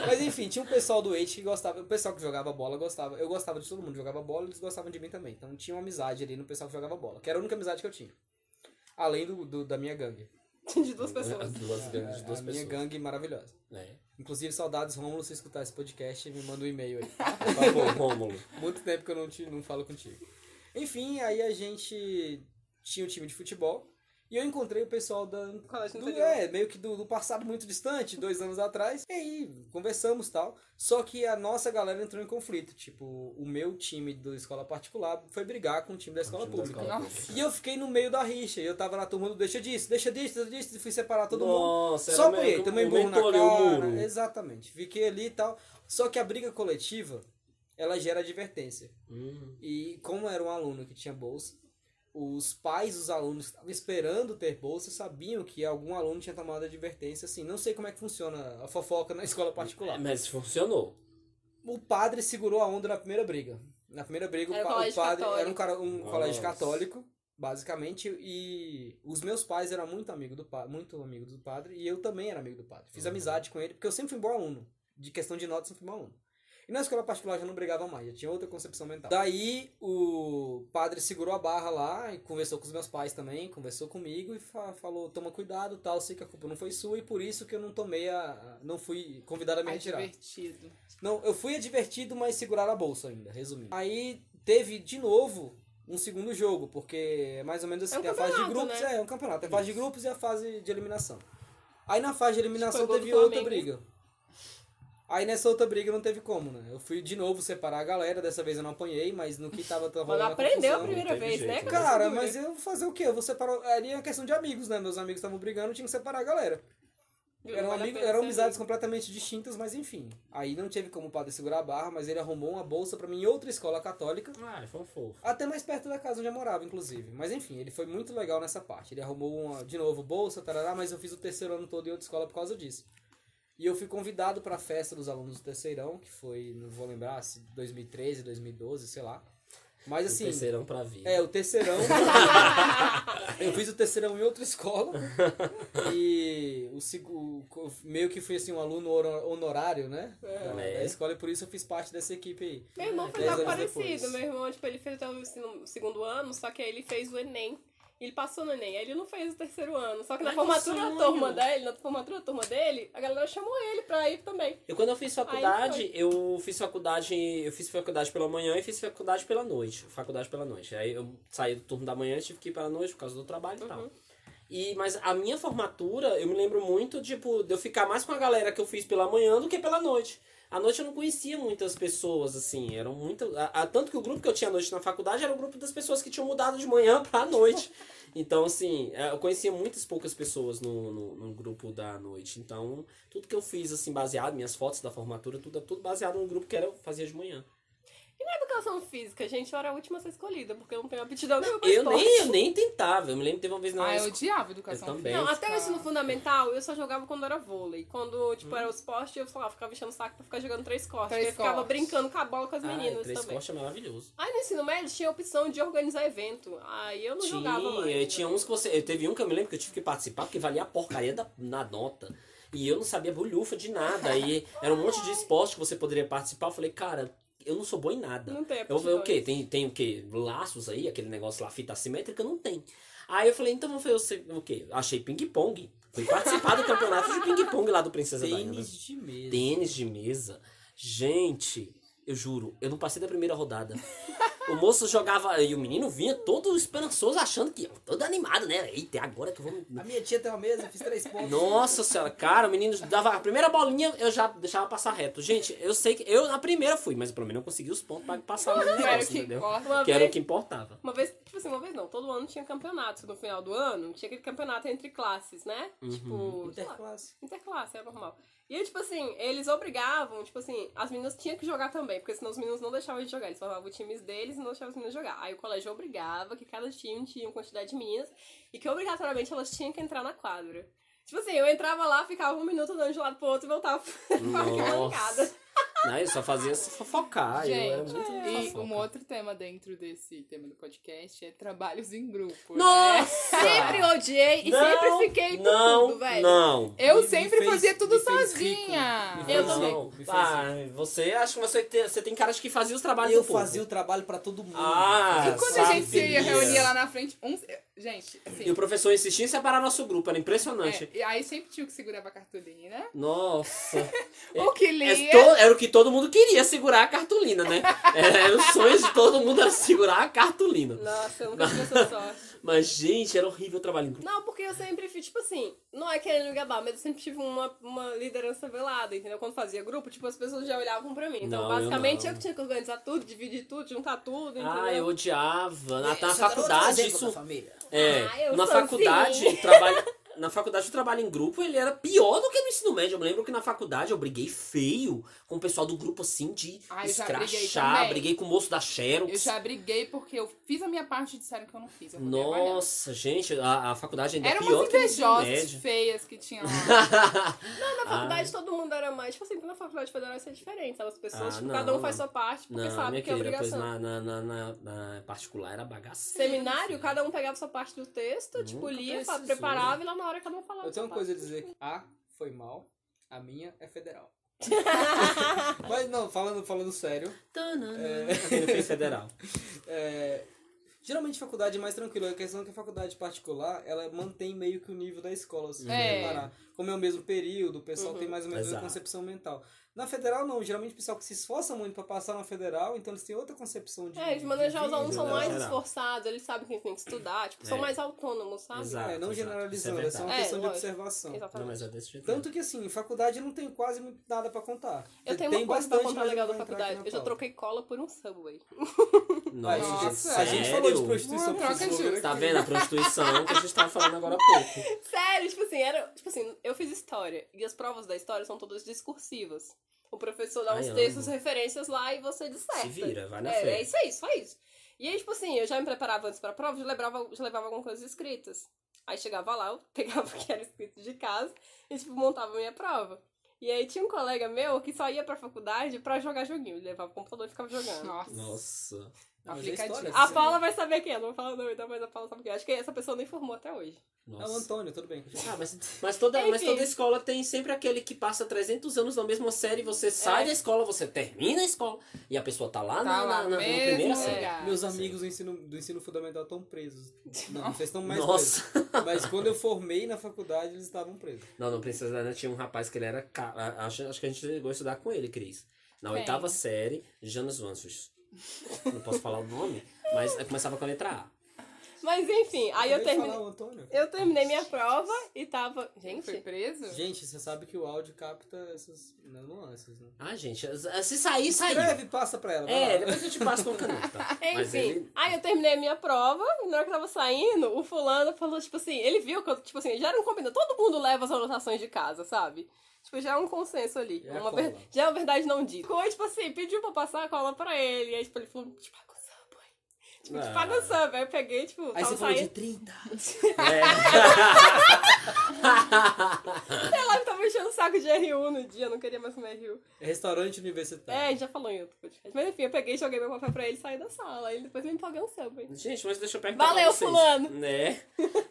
Mas enfim, tinha um pessoal do Age que gostava, o pessoal que jogava bola gostava. Eu gostava de todo mundo, jogava bola, eles gostavam de mim também. Então tinha uma amizade ali no pessoal que jogava bola, que era a única amizade que eu tinha. Além do, do- da minha gangue. De duas pessoas. As duas gangues de Ah, a duas minha pessoas. gangue maravilhosa. É. Inclusive, saudades, Rômulo, se escutar esse podcast, me manda um e-mail aí. Por favor, Tá Rômulo. Muito tempo que eu não, te, não falo contigo. Enfim, aí a gente tinha um time de futebol e eu encontrei o pessoal da. Colégio do- interior. é, meio que do, do passado muito distante, dois anos atrás. E aí, conversamos tal. Só que a nossa galera entrou em conflito. Tipo, o meu time da escola particular foi brigar com o time da escola time da pública. escola Nossa. pública. E eu fiquei no meio da rixa. E eu tava na turma do deixa disso, deixa disso, deixa disso, e fui separar todo mundo. Nossa, Só era meio apanhei, que também o burro na mentor e cara. o muro. Exatamente. Fiquei ali e tal. Só que a briga coletiva, ela gera advertência. Hum. E como era um aluno que tinha bolsa, os pais dos alunos que estavam esperando ter bolsa sabiam que algum aluno tinha tomado advertência, assim. Não sei como é que funciona a fofoca na escola particular. Mas funcionou. O padre segurou a onda na primeira briga. Na primeira briga, o Era pa- o, colégio padre católico. era um, cara, um Nossa. colégio católico, basicamente, e os meus pais eram muito amigo do padre, muito amigo do padre, e eu também era amigo do padre. Fiz Uhum. amizade com ele, porque eu sempre fui um bom aluno. De questão de notas, eu sempre fui um bom aluno. E na escola particular eu já não brigava mais, já tinha outra concepção mental. Daí o padre segurou a barra lá e conversou com os meus pais também, conversou comigo e fa- falou: toma cuidado, tal, sei que a culpa não foi sua, e por isso que eu não tomei a. a- não fui convidado a me Ai, retirar. divertido. Não, eu fui advertido, mas seguraram a bolsa ainda, resumindo. Aí teve de novo um segundo jogo, porque é mais ou menos assim, É um tem a fase de campeonato, grupos, né? é, é um campeonato, tem a fase de grupos e a fase de eliminação. Aí na fase de eliminação Acho que foi gol teve do outra Flamengo. briga. Aí nessa outra briga não teve como, né? Eu fui de novo separar a galera, dessa vez eu não apanhei, mas no que tava rolando Mas a aprendeu a confusão- primeira não teve vez, jeito, né? né? Cabeça Cara, dura. mas eu vou fazer o quê? Eu vou separar. Ali é questão de amigos, né? Meus amigos estavam brigando, eu tinha que separar a galera. Viu? Eram, Vale a amigos, pena eram ser amizades amigo. completamente distintas, mas enfim. Aí não teve como o padre segurar a barra, mas ele arrumou uma bolsa pra mim em outra escola católica, Ai, foi um fofo. até mais perto da casa onde eu morava, inclusive. Mas enfim, ele foi muito legal nessa parte. Ele arrumou uma, de novo bolsa, tarará, mas eu fiz o terceiro ano todo em outra escola por causa disso. E eu fui convidado pra festa dos alunos do terceirão, que foi, não vou lembrar, se 2013, 2012, sei lá. Mas Assim, assim, terceirão pra vida. é, o terceirão. eu fiz o terceirão em outra escola. E o segu- co- meio que fui assim, um aluno horo- honorário, né? Da, É. da escola, e por isso eu fiz parte dessa equipe aí. Meu irmão fez Dez algo anos parecido. depois. Meu irmão, tipo, ele fez até o ensino- segundo ano, só que aí ele fez o Enem. E ele passou no Enem. Aí ele não fez o terceiro ano. Só que na Ai, que formatura da sonho! turma dele, na formatura da turma dele, a galera chamou ele pra ir também. Eu, quando eu fiz faculdade, eu fiz faculdade, eu fiz faculdade pela manhã e fiz faculdade pela noite. Faculdade pela noite. Aí eu saí do turno da manhã e tive que ir pela noite por causa do trabalho e tal. E, mas a minha formatura, eu me lembro muito, tipo, de eu ficar mais com a galera que eu fiz pela manhã do que pela noite. À noite eu não conhecia muitas pessoas, assim, eram muito. a- a- tanto que o grupo que eu tinha à noite na faculdade era o grupo das pessoas que tinham mudado de manhã pra noite. Então, assim, é, eu conhecia muitas poucas pessoas no, no, no grupo da noite. Então, tudo que eu fiz, assim, baseado, minhas fotos da formatura, tudo, tudo baseado no grupo que era, eu fazia de manhã. Educação física, gente, eu era a última a ser escolhida, porque eu não tenho aptidão nenhuma pra Eu esporte. nem, eu nem tentava. Eu me lembro que teve uma vez na Ah, eu escola- odiava educação Eu também. Não, física. até o ensino fundamental eu só jogava quando era vôlei. Quando, tipo, era o esporte, eu sei lá, ficava enchendo o saco pra ficar jogando três cortes. Três eu ficava cortes. brincando com a bola com as Ah, meninas três também. cortes é maravilhoso. Aí no ensino médio tinha a opção de organizar evento. Aí eu não jogava mais. né? Tinha, tinha uns que você. Eu teve um que eu me lembro que eu tive que participar, porque valia a porcaria da, na nota. E eu não sabia bolhufa de nada. Aí era um monte de esporte que você poderia participar. Eu falei, cara, eu não sou bom em nada. Não tem Eu aptidão. falei, o quê? Tem, tem o quê? Laços aí, aquele negócio lá, fita assimétrica? Não tem. Aí eu falei, então eu falei, eu sei- o quê? Achei ping-pong. Fui participar do campeonato de ping-pong lá do Princesa Diana. Tênis de mesa. né? Tênis de mesa. Gente, eu juro, eu não passei da primeira rodada. O moço jogava e o menino vinha todo esperançoso, achando que todo animado, né? Eita, é agora que eu vou. me- A minha tia tem uma mesa, eu fiz três pontos. Nossa senhora, cara, o menino dava a primeira bolinha, eu já deixava passar reto. Gente, eu sei que eu na primeira fui, mas pelo menos eu consegui os pontos pra passar no Não era o negócio, que entendeu? importa. Uma Que era o vez, que importava. uma vez, tipo assim, uma vez não, todo ano tinha campeonato. No final do ano, tinha aquele campeonato entre classes, né? Uhum. Tipo, sei lá, Interclasse. interclasse, é normal. E aí, tipo assim, eles obrigavam, tipo assim, as meninas tinham que jogar também, porque senão os meninos não deixavam de jogar. Eles formavam os times deles e não deixavam as meninas jogar. Aí o colégio obrigava que cada time tinha uma quantidade de meninas e que obrigatoriamente elas tinham que entrar na quadra. Tipo assim, eu entrava lá, ficava um minuto andando de um lado pro outro e voltava pra arquibancada. Nossa. Não, eu só fazia se fofocar. Ah, eu era é. Gente, muito E fofoca. um outro tema dentro desse tema do podcast é trabalhos em grupo. Né? Nossa! Sempre odiei e Não, sempre fiquei com não, tudo, velho. Não, Eu Me- me sempre fez- fazia tudo me fez rico. sozinha. Me fez Eu Eu não. rico, não. me fez rico. Ah, você acha que você tem, você tem cara de que fazia os trabalhos Eu do povo. fazia o trabalho pra todo mundo. um Ah, E quando a gente se Sabia. reunia lá na frente, uns. Gente, assim. E o professor insistia em separar nosso grupo, era impressionante. é, e aí sempre tinha o que segurava a cartolina. Nossa. É, O que É lia. to- era o que todo mundo queria, segurar a cartolina, né? Era o sonho de todo mundo era segurar a cartolina. Nossa, eu nunca tive essa sorte. Mas, gente, era horrível o trabalho em grupo. Não, porque eu sempre fiz, tipo assim, não é querendo me gabar, mas eu sempre tive uma, uma liderança velada, entendeu? Quando fazia grupo, tipo, as pessoas já olhavam pra mim. Então, Não, eu basicamente, não. eu, que tinha que organizar tudo, dividir tudo, juntar tudo, entendeu? Ah, eu odiava. Na, na Você tá outro faculdade, exemplo da isso. família. É, Ah, eu na sou assim. faculdade, o trabalho, na faculdade o trabalho em grupo, ele era pior do que no ensino médio. Eu me lembro que na faculdade eu briguei feio com o pessoal do grupo assim de Ah, eu já briguei escrachar, também. briguei, com o moço da Xerox. Eu já briguei porque eu fiz a minha parte e disseram que eu não fiz. Eu vou trabalhar. Nossa, gente, a, a faculdade ainda Eram é pior umas que no ensino invejosas médio. feias que tinham lá. Não, ah. na faculdade todo mundo era mais. Tipo assim, na faculdade federal isso é diferente, sabe? As pessoas, Ah, tipo, não, cada um não. faz sua parte porque Não, sabe minha que é querida, pois obrigação. na, na, na, na- na particular era bagaceiro. Seminário, cada um pegava sua parte do texto, tipo, Nunca lia, precisou. preparava e lá na hora cada um falava. Eu tenho uma sua parte. coisa a dizer. A foi mal, a minha é federal. Mas não, falando, falando sério, Ele fez federal. é, geralmente faculdade é mais tranquila. A questão é que a faculdade particular, ela mantém meio que o nível da escola, se você É. reparar. Como é o mesmo período, o pessoal Uhum. tem mais ou menos a Exato. concepção mental. Na federal, não. Geralmente o pessoal que se esforça muito pra passar na federal, então eles têm outra concepção de. É, eles manejam, de né? os alunos são Geral, mais né, geral. esforçados, eles sabem que eles têm que estudar, tipo, são É. mais autônomos, sabe? Exato. É, não exato. generalizando, Isso é, é só uma verdade. questão É, de lógico. observação. Não, Exatamente. mas é desse jeito. Tanto que assim, em faculdade não tem quase muito nada pra contar. Eu tenho Tem uma coisa pra bastante, contar mas legal da não vai entrar aqui faculdade. na Eu já pauta. troquei cola por um subway. Nossa, Nossa, gente, a gente falou de sério? prostituição Uma pra troca desenvolver justa. Tá aqui. vendo a prostituição que a gente tava falando agora há pouco? Sério, tipo assim, era. Tipo assim, eu fiz história. E as provas da história são todas discursivas. O professor dá Ai, uns amo. textos, referências lá e você disserta. Se vira, vai na é, frente. é isso aí, só isso. E aí, tipo assim, eu já me preparava antes pra prova, já levava, já levava algumas coisas escritas. Aí chegava lá, eu pegava o que era escrito de casa e, tipo, montava a minha prova. E aí tinha um colega meu que só ia pra faculdade pra jogar joguinho. Ele levava o computador e ficava jogando. Nossa. Nossa. Não, mas é Aplicativo. história. A Sim. Paula vai saber quem é, não vou falar não, então, mas a Paula sabe quem é. Acho que essa pessoa não informou até hoje. É o Nossa. Antônio, tudo bem. Ah, mas, mas, toda, mas Enfim. toda escola tem sempre aquele que passa 300 anos na mesma série, você sai da escola, você termina a escola, e a pessoa tá lá, Tá na, lá na, na, na mesmo É. é. primeira série. lugar. Meus Ah, sim. amigos do ensino, do ensino fundamental estão presos. Não, vocês estão mais Nossa. presos. Mas quando eu formei na faculdade, eles estavam presos. Não, não Princesa Diana tinha um rapaz que ele era. ca- a- Acho, acho que a gente chegou a estudar com ele, Cris. Na Quem? oitava série, Jonas Wansos. Não posso falar o nome, mas começava com a letra A. Mas enfim, aí eu Acabei de terminei. falar, o Antônio. Eu terminei minha prova e tava. Foi Gente, preso? Gente, você sabe que o áudio capta essas né, nuances, né? Ah, gente, se sair, saiu. Escreve e passa pra ela. vai É, lá. depois eu te passo com caneta. Mas enfim. ele... Aí eu terminei a minha prova e na hora que eu tava saindo, o fulano falou, tipo assim, ele viu que eu, tipo assim, já era um combinado. Todo mundo leva as anotações de casa, sabe? Tipo, já é um consenso ali. É a uma cola. ver- Já é uma verdade não dita. Ficou, tipo assim, pediu pra eu passar a cola pra ele. E aí, tipo, ele falou, te pago o samba. Tipo, te Ah. pago o samba. Aí eu peguei, tipo, Aí tava você falou de saindo. 30. É. Sei lá, eu tava enchendo o saco de R1 no dia, eu não queria mais comer R1. É Restaurante Tá. universitário. É, a gente já falou em outro podcast. Mas enfim, eu peguei, joguei meu papel pra ele e saí da sala. Aí ele depois me pagou um samba. Gente, mas deixa eu perguntar Valeu, pra vocês. fulano. Né?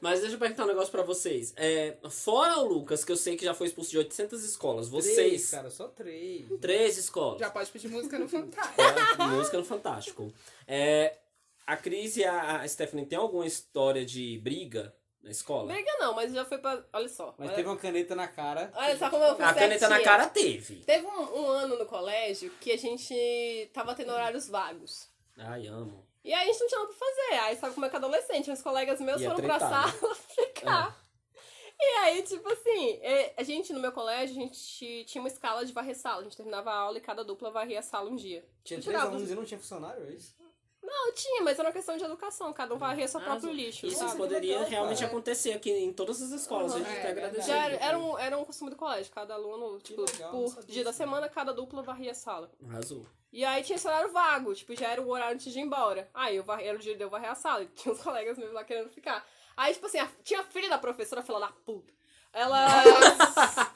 Mas deixa eu perguntar um negócio pra vocês. É, fora o Lucas, que eu sei que já foi expulso de 800 escolas, vocês... Três, cara, só três. Três escolas. Já pode pedir música no Fantástico. É, música no Fantástico. É, a Cris e a a Stephanie tem alguma história de briga na escola? Briga não, mas já foi pra. Olha só. Mas olha, teve uma caneta na cara. olha só como eu fui um A caneta na certinha. cara teve. Teve um, um ano no colégio que a gente tava tendo horários vagos. Ai, amo. E aí a gente não tinha nada pra fazer. Aí sabe como é que é adolescente? Os colegas meus Ia foram pra tretar, né? sala ficar. E aí, tipo assim, é, a gente no meu colégio, a gente tinha uma escala de varrer sala. A gente terminava a aula e cada dupla varria a sala um dia. Tinha Eu três tirava alunos os- e não tinha funcionário, é isso? Não, tinha, mas era uma questão de educação. Cada um varria seu Ah, próprio zo- lixo, Isso sabe? poderia legal, realmente cara. acontecer aqui em todas as escolas. Uhum. A gente É, até verdade. agradece. Já era, era um, era um costume do colégio. Cada aluno, tipo, legal, não por sabia dia da disso. semana, cada dupla varria a sala. Arrasou. E aí tinha esse horário vago, tipo, já era o horário antes de ir embora. Aí eu varri, era o dia de eu varrer a sala, e tinha uns colegas meus lá querendo ficar. Aí, tipo assim, a- tinha a filha da professora falando, ah, puta. Ela.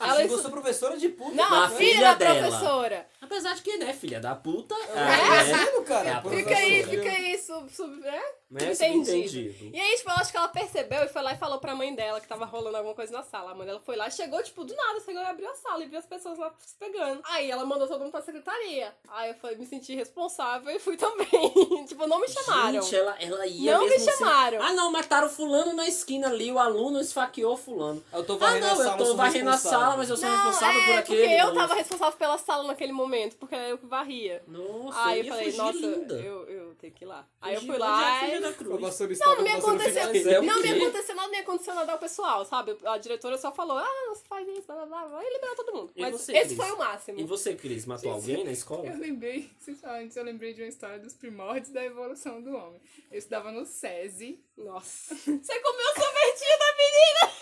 ela Eu sou ensinou... professora de puta. Não, a Mas cara. a filha, filha da dela. professora. Apesar de que, né, filha da puta. É, É, sério, cara. É a professora. Fica aí, Professora. fica aí, sub, sub, né? né, Entendido. subentendido. E aí, tipo, eu acho que ela percebeu e foi lá e falou pra mãe dela que tava rolando alguma coisa na sala. A mãe dela foi lá, chegou, tipo, do nada, chegou e abriu a sala e viu as pessoas lá se pegando. Aí ela mandou todo mundo pra secretaria. Aí eu falei, me senti responsável e fui também. tipo, não me chamaram. Gente, ela, ela ia não me mesmo assim. chamaram. Ah, não, mataram fulano na esquina ali. O aluno esfaqueou fulano. Eu tô Ah, varrendo a não, sala, eu tô sou varrendo a responsável. sala, mas eu sou não, responsável é, por aquele. Porque eu monstro. tava responsável pela sala naquele momento, porque era eu que varria. Nossa, aí eu eu ia falei, fugir nossa, linda. eu, eu tenho que ir lá. Aí eu Fugir fui igual lá. é a Filha e- da Com a Cruz. vassoura Não, estável, não me passando aconteceu. pela é o Não me quê? aconteceu nada, me aconteceu nada ao pessoal, sabe? A diretora só falou, ah, não, você faz isso, blá blá blá, blá, e liberou todo mundo. E Mas você, esse Cris? foi o máximo. E você, Cris, matou alguém na escola? Eu lembrei, vocês falaram antes, eu lembrei de uma história dos primórdios da evolução do homem. Eu estudava no SESI. Nossa. Você comeu o sorvetinho da menina!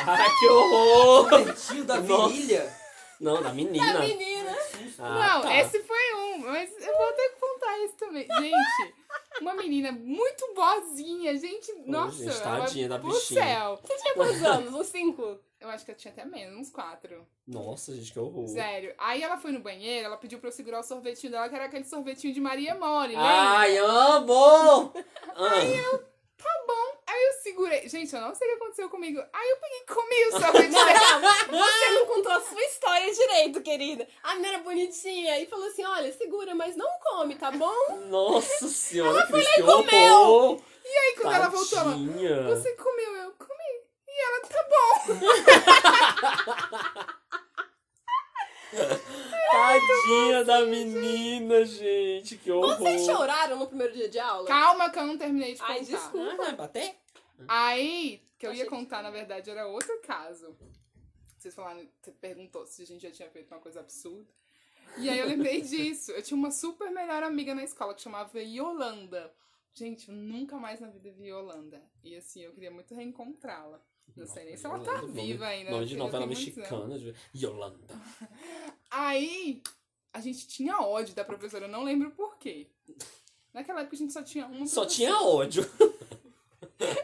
Ah, Ai, que horror! Tio da Nossa. virilha. Não, da menina. Da É, menina! Ah, não, tá. esse foi um, mas eu vou ter que contar isso também. Gente, uma menina muito boazinha, gente, nossa. gente, ela- tadinha da pro bichinha. céu. Você tinha quantos anos? Uns cinco? Eu acho que eu tinha até menos, uns quatro. Nossa, gente, que horror. Sério. Aí ela foi no banheiro, ela pediu pra eu segurar o sorvetinho dela, que era aquele sorvetinho de Maria Mole, Ah. lembra? Ai, amo! Ah, Tá bom. Aí eu segurei. Gente, eu não sei o que aconteceu comigo. Aí eu peguei e comi o sorvete dela. Você não contou a sua história direito, querida. A menina era bonitinha e falou assim: olha, segura, mas não come, tá bom? nossa senhora, Cris, que comeu! horror! E aí quando ela voltou, ela, Tadinha. você comeu, eu comi. E ela, tá bom. Tadinha da menina, gente, que horror! Vocês choraram no primeiro dia de aula? Calma que eu não terminei de contar. Ai, desculpa. Ah, é vai bater? Aí, que eu Achei ia que contar, na verdade, era outro caso. Vocês falaram, você perguntou se a gente já tinha feito uma coisa absurda. E aí eu lembrei disso. Eu tinha uma super melhor amiga na escola que chamava Yolanda. Gente, eu nunca mais na vida vi Yolanda. E assim, eu queria muito reencontrá-la. Não sei nem se ela tá Yolanda, é nome- viva ainda. Nome de porque já novela tem muitos anos. tá mexicana, de- Yolanda. Aí a gente tinha ódio da professora, eu não lembro por quê. Naquela época a gente só tinha uma Só professora. tinha ódio.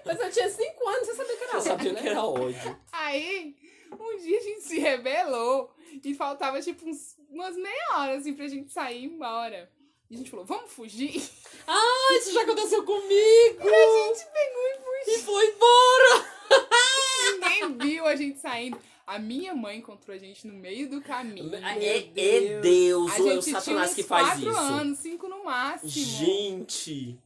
Mas eu tinha cinco anos, você sabia que era Eu sabia né? que era ódio. Aí, um dia a gente se rebelou e faltava tipo uns, umas meia hora assim pra gente sair e ir embora. E a gente falou, vamos fugir? Ah, isso já aconteceu comigo! A gente pegou e E fugiu. foi embora! Ninguém viu a gente saindo. A minha mãe encontrou a gente no meio do caminho. É, é Deus, A é o gente tinha Satanás uns que faz quatro isso. anos, cinco no máximo. Gente,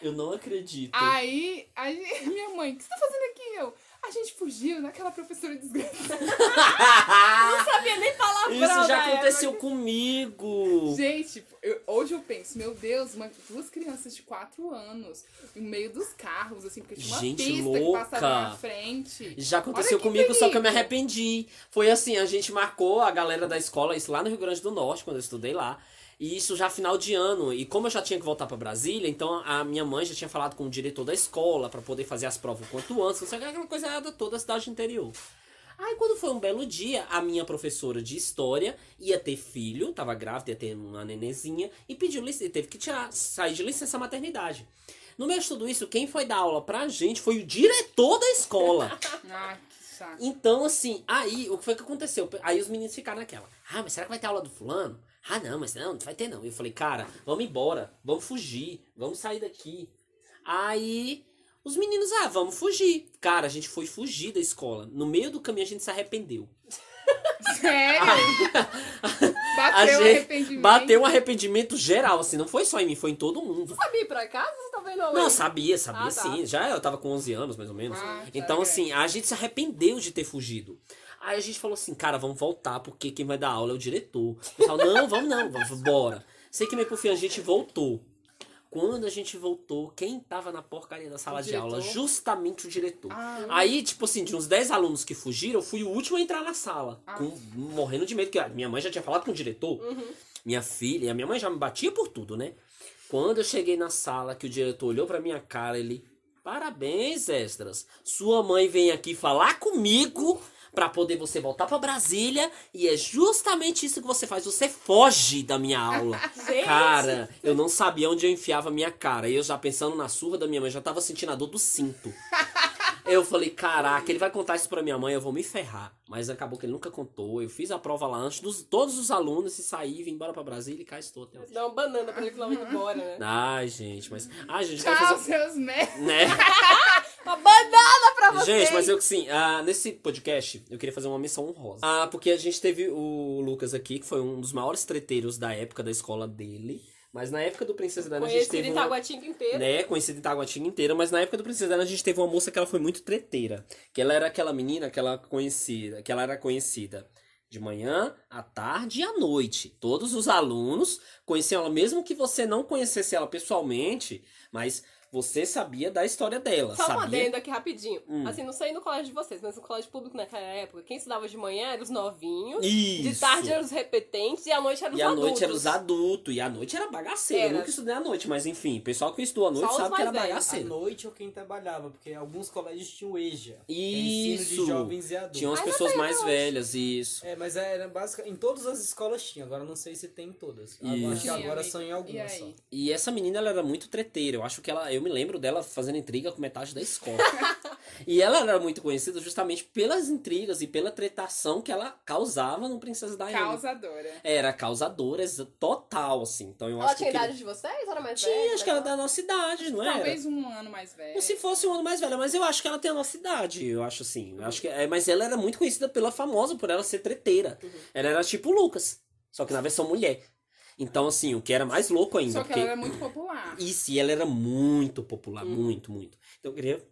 eu não acredito. Ah, Aí, a gente- minha mãe, o que você tá fazendo aqui? Eu, a gente fugiu naquela professora desgraçada. Não sabia nem palavrão isso na já época. aconteceu comigo. Gente, eu- hoje eu penso, 10. Meu Deus, uma- duas crianças de 4 anos no meio dos carros, assim, porque tinha uma Gente pista louca. que passava na frente. Já aconteceu Olha que comigo, só que eu me perigo. arrependi. Foi assim, a gente marcou a galera da escola, isso lá no Rio Grande do Norte, quando eu estudei lá. E isso já final de ano. E como eu já tinha que voltar pra Brasília, então a minha mãe já tinha falado com o diretor da escola pra poder fazer as provas o quanto antes, não sei o que, aquela coisa errada toda da cidade interior. Aí quando foi um belo dia, a minha professora de história ia ter filho, tava grávida, ia ter uma nenenzinha, e pediu licença, teve que tirar, sair de licença maternidade. No meio de tudo isso, quem foi dar aula pra gente foi o diretor da escola. Ah, que saco. Então, assim, aí o que foi que aconteceu? Aí os meninos ficaram naquela. Ah, mas será que vai ter aula do fulano? Ah, não, mas não, não vai ter não. E eu falei, cara, vamos embora, vamos fugir, vamos sair daqui. Aí os meninos, ah, vamos fugir. Cara, a gente foi fugir da escola. No meio do caminho a gente se arrependeu. Sério? A Bateu gente arrependimento. Bateu um arrependimento geral, assim, não foi só em mim, foi em todo mundo. Sabe ir pra casa ou você tá vendo Não, sabia, sabia Ah, tá. sim. Já eu tava com 11 anos, mais ou menos. Ah, tá, Então, é. assim, a gente se arrependeu de ter fugido. Aí a gente falou assim, cara, vamos voltar, porque quem vai dar aula é o diretor. O pessoal, não, vamos não, vamos, bora. Sei que meio por fim a gente voltou. Quando a gente voltou, quem tava na porcaria da sala de diretor? aula? Justamente o diretor. Ah, Aí, tipo assim, de uns 10 alunos que fugiram, eu fui o último a entrar na sala. Ah. com- morrendo de medo, que a minha mãe já tinha falado com o diretor. Minha filha, e a minha mãe já me batia por tudo, né? Quando eu cheguei na sala, que o diretor olhou pra minha cara, ele... Parabéns, extras. Sua mãe vem aqui falar comigo pra poder você voltar pra Brasília e é justamente isso que você faz. Você foge da minha aula. Gente, Cara, eu não sabia onde eu enfiava a minha cara. E eu já pensando na surra da minha mãe, já tava sentindo a dor do cinto. Eu falei, caraca, ele vai contar isso pra minha mãe, eu vou me ferrar. Mas acabou que ele nunca contou. Eu fiz a prova lá antes dos todos os alunos e saí, vim embora pra Brasília e cá estou até hoje. dá uma banana pra ele falar muito embora, né? Ai, gente, mas. Ai, gente, quero Tchau, fazer. tá, um, seus merda. Né? Uma banana pra você! Gente, mas eu que sim, ah, nesse podcast eu queria fazer uma missão honrosa. Ah, porque a gente teve o Lucas aqui, que foi um dos maiores treteiros da época da escola dele. Mas na época do Princesa Diana a gente Conhecido teve. em uma- Taguatinga inteiro. né, conhecida em Taguatinga inteira, mas na época do Princesa Diana a gente teve uma moça que ela foi muito treteira. Que ela era aquela menina que ela conhecida, que ela era conhecida de manhã, à tarde e à noite. Todos os alunos conheciam ela, mesmo que você não conhecesse ela pessoalmente, mas você sabia da história dela. Só um sabia? adendo aqui rapidinho. Hum. Assim, não sei no colégio de vocês, mas no colégio público naquela época, quem estudava de manhã eram os novinhos, Isso. de tarde eram os repetentes e à noite eram os E à adultos. noite era os adultos, e à noite era bagaceira. Eu Era. nunca estudei à noite, mas enfim, o pessoal que estudou à noite Só os sabe que era mais velhos. À bagaceira. noite ou quem trabalhava, porque alguns colégios tinham EJA. que é Ensino Isso. de jovens e adultos. Tinham as Mas não pessoas tem mais hoje. velhas, isso. É, mas era básica. Em todas as escolas tinha, agora não sei se tem em todas. Agora, acho que Isso. agora são em E algumas só. aí? E essa menina, ela era muito treteira. Eu acho que ela. Eu me lembro dela fazendo intriga com metade da escola. e ela era muito conhecida justamente pelas intrigas e pela tretação que ela causava no Princesa Diana. Causadora. Era causadora exa- total, assim. Então eu Ela acho que. tinha aquele- idade de vocês? Era mais velha? Tinha, acho que era da nossa idade, não era? né? Talvez um ano mais velho. Ou se fosse um ano mais velha, mas eu acho que ela tem a nossa idade, eu acho assim. Eu acho que, é, mas ela era muito conhecida pela famosa, por ela ser treteira. Uhum. Ela era tipo o Lucas, só que na versão mulher. Então, assim, o que era mais louco ainda. Só que porque... ela era muito popular. Isso, e ela era muito popular, muito, muito. Então eu queria,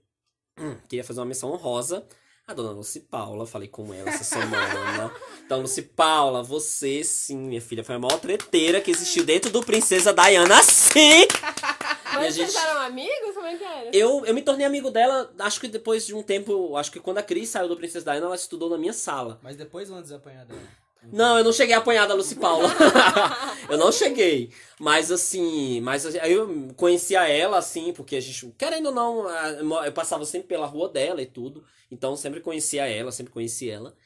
hum, queria fazer uma menção honrosa à dona Lucy Paula. Falei com ela essa semana. então, Lucy Paula, você sim, minha filha, foi a maior treteira que existiu dentro do Princesa Diana, sim! E a Mas vocês gente- eram amigos? Como é que era? Eu, eu me tornei amigo dela, acho que depois de um tempo, acho que quando a Cris saiu do Princesa Diana, ela estudou na minha sala. Mas depois vão desapanhar dela. Não, eu não cheguei a apanhar da Lucy Paula. eu não cheguei. Mas assim, mas aí eu conhecia ela, assim, porque a gente, querendo ou não, a- mo- eu passava sempre pela rua dela e tudo. Então sempre conhecia ela, sempre conheci ela.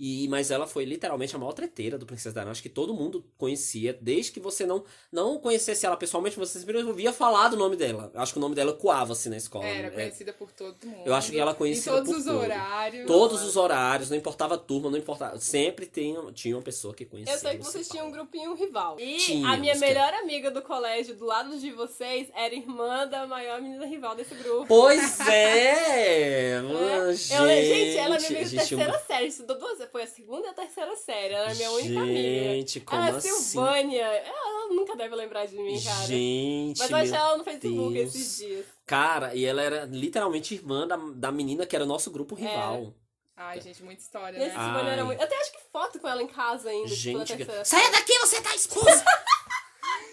E, mas ela foi literalmente a maior treteira do Princesa Diana. Acho que todo mundo conhecia, desde que você não não conhecesse ela pessoalmente, você sempre ouvia falar do nome dela. Acho que o nome dela coava-se na escola. Era É, conhecida por todo mundo. eu acho que ela é conhecida Em todos por os todo. horários. Todos os horários, não importava a turma, não importava. Sempre tinha, tinha uma pessoa que conhecia. Eu sei que Lucy vocês Paula. tinham um grupinho rival. E a Tínhamos, minha cara. melhor amiga do colégio, do lado de vocês, era irmã da maior menina rival desse grupo. Pois é! né? mano, Eu- gente, gente, ela me veio gente, é terceira uma- série, estudou duas, foi a segunda e a terceira série, ela era minha única amiga. Gente, como ela é assim? Silvânia, ela nunca deve lembrar de mim, cara. Gente, Mas eu achei meu- ela no Facebook Deus. esses dias. cara, e ela era literalmente irmã da, da menina que era nosso É, grupo rival. Ai, gente, muita história, E esse Ah. né? Silvânia era Ai. muito. Eu tenho acho que foto com ela em casa ainda, tipo, na Gente, terceira saia daqui, você tá expulsa!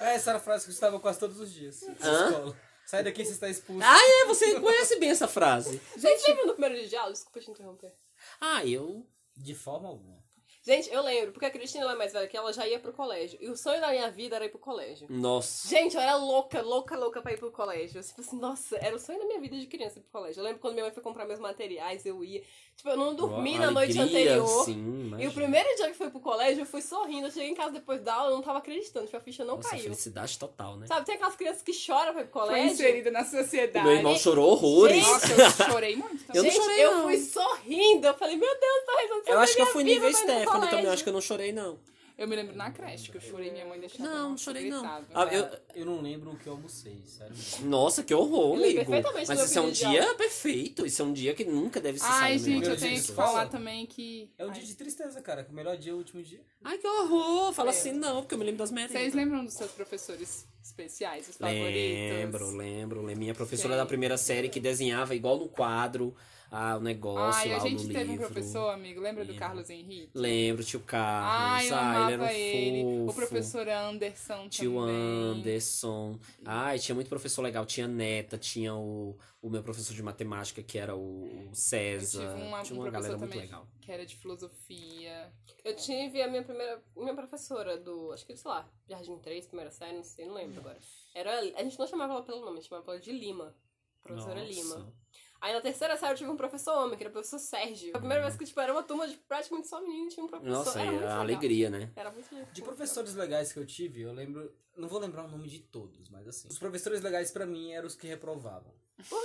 É, Essa era a frase que eu estava quase todos os dias. na Hã? escola. Sai daqui, você está expulso. Ah, é, você conhece bem essa frase. Gente, lembra do primeiro dia de aula? Desculpa te interromper. Ah, eu. De forma alguma. Gente, eu lembro, porque a Cristina ela é mais velha que ela já ia pro colégio. E o sonho da minha vida era ir pro colégio. Nossa. Gente, eu era louca, louca, louca pra ir pro colégio. Eu, tipo assim, nossa, era o sonho da minha vida de criança ir pro colégio. Eu lembro quando minha mãe foi comprar meus materiais, eu ia. Tipo, eu não dormi na noite Alegria, anterior. Sim, E assim, imagina. o primeiro dia que fui pro colégio, eu fui sorrindo. Eu cheguei em casa depois da aula, eu não tava acreditando, tipo, a ficha não Nossa, caiu. felicidade total, né? Sabe, tem aquelas crianças que choram pra ir pro Foi colégio. inserida na sociedade. Meu irmão chorou horrores. Nossa, eu chorei muito. Eu não Gente, chorei, eu não. fui sorrindo. Eu falei, meu Deus, tá rezando Eu acho que eu fui vida, nível mas no Stephanie também, eu colégio. acho que eu não chorei, não. Eu me lembro na creche que eu chorei, minha mãe deixava. Não, eu não chorei, não. gritava. Ah, eu- Eu não lembro o que eu almocei, sério. Nossa, que horror, Eu lembro amigo. perfeitamente Mas do isso é um meu primeiro dia perfeito. Isso né? é um dia que nunca deve se sair Ai, da gente, memória eu Primeiro das tenho que dia. pessoas. falar também que. É um Ai, dia de tristeza, cara. Que é o melhor dia, o último dia. Ai, que horror. Fala assim, não, porque eu me lembro das merendas. Vocês lembram dos seus professores especiais, os favoritos? Lembro, lembro, lembro. Minha professora Sei. da primeira série que desenhava igual no quadro ah, o negócio Ai, lá a do gente livro. teve um professor, amigo. Lembra do Lembro. Carlos Henrique? Lembro, tio Carlos. Ai, eu ah, ele era um amava ele. O fofo. professor Anderson Tio também. Anderson. Ai, tinha muito professor legal. Tinha Neta, tinha o, o meu professor de matemática, que era o, o Eu tive César. uma, tinha um uma galera professor muito também legal. que era de filosofia. Eu tive a minha primeira. Minha professora do. Acho que, sei lá, Jardim 3, primeira série, não sei, não lembro agora. Era, a gente não chamava ela pelo nome, a gente chamava ela de Lima. Professora Nossa. Lima. Aí na terceira série eu tive um professor homem, que era o professor Sérgio. Foi A primeira vez que, tipo, era uma turma de praticamente só menino tinha um professor. Nossa, era aí, muito a legal. alegria, né? Era muito De professores legais que eu tive, eu lembro. Não vou lembrar o nome de todos, mas assim. Os professores legais pra mim eram os que reprovavam.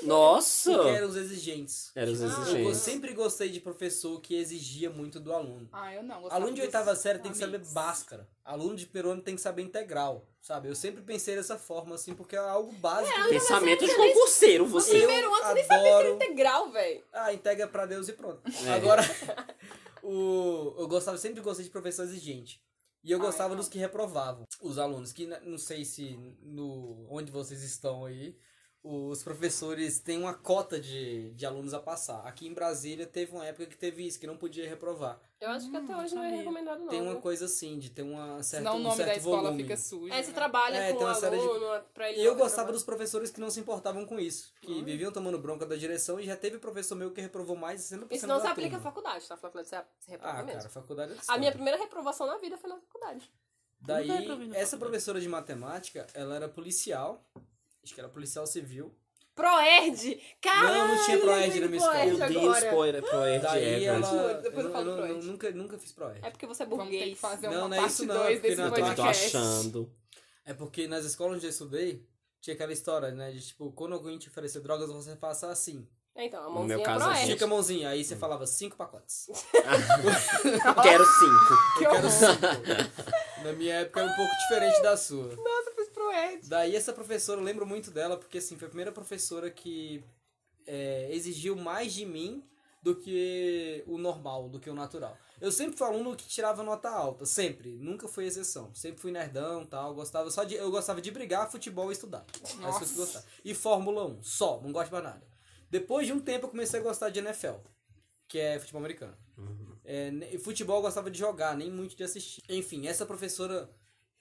Nossa! Porque eram os exigentes. Eram os Ah, Eu exigentes. sempre gostei de professor que exigia muito do aluno. Ah, eu não. gostava Aluno de dos oitava série tem que saber amigos. báscara. Aluno de primeiro ano tem que saber integral, sabe? Eu sempre pensei dessa forma, assim, porque é algo básico. Pensamento de concurseiro, No você. primeiro ano você nem sabia que era adoro... integral, velho. Ah, integra pra Deus e pronto. É. Agora, o... eu gostava, sempre gostei de professor exigente. E eu Ah, gostava não. dos que reprovavam. Os alunos, que na- não sei se no onde vocês estão aí, os professores têm uma cota de, de alunos a passar. Aqui em Brasília teve uma época que teve isso, que não podia reprovar. Eu acho que até hoje não é sabia. recomendado, não. Tem uma viu? coisa assim, de ter uma certa, Senão o um nome certo da escola volume. fica sujo. É, você né? trabalha É, com tem um uma série de- aluno pra ele. E eu não gostava reprovar. dos professores que não se importavam com isso, que viviam tomando bronca da direção e já teve professor meu que reprovou mais de 60% Isso não da se aplica à turma. faculdade, tá? A faculdade você você reprova Ah, mesmo. cara, faculdade é A desconto. minha primeira reprovação na vida foi na faculdade. Daí, Nunca reprovei na essa faculdade. professora de matemática, ela era policial, acho que era policial civil. Proerd! Caralho! não, não tinha proerd na minha Proerd escola. agora. spoiler, proerd Daí é, ela... proerd. Juro, depois eu não- falo não- Freud. nunca, nunca fiz proerd. É porque você é Vamos ter que burguês. fazer Não, uma não é parte isso não, 2 porque desse na Eu tô podcast. achando. É porque nas escolas onde eu estudei, tinha aquela história, né? De tipo, quando alguém te oferecer drogas, você faça assim. É, Então, a No mãozinha meu é caso, a proerd. gente- Estica a mãozinha, aí você falava cinco pacotes. Quero cinco. Que Eu quero horror. cinco. Na minha época era um pouco diferente da sua. Eu fiz pro Ed. Daí essa professora, eu lembro muito dela, porque assim, foi a primeira professora que é, exigiu mais de mim do que o normal, do que o natural. Eu sempre fui aluno que tirava nota alta, sempre, nunca fui exceção. Sempre fui nerdão, tal, gostava só de eu gostava de brigar, futebol e estudar. Era isso que eu Nossa. gostava. E Fórmula 1, só, não gosto mais nada. Depois de um tempo eu comecei a gostar de NFL, que é futebol americano. É, ne- e futebol eu gostava de jogar, nem muito de assistir. Enfim, essa professora,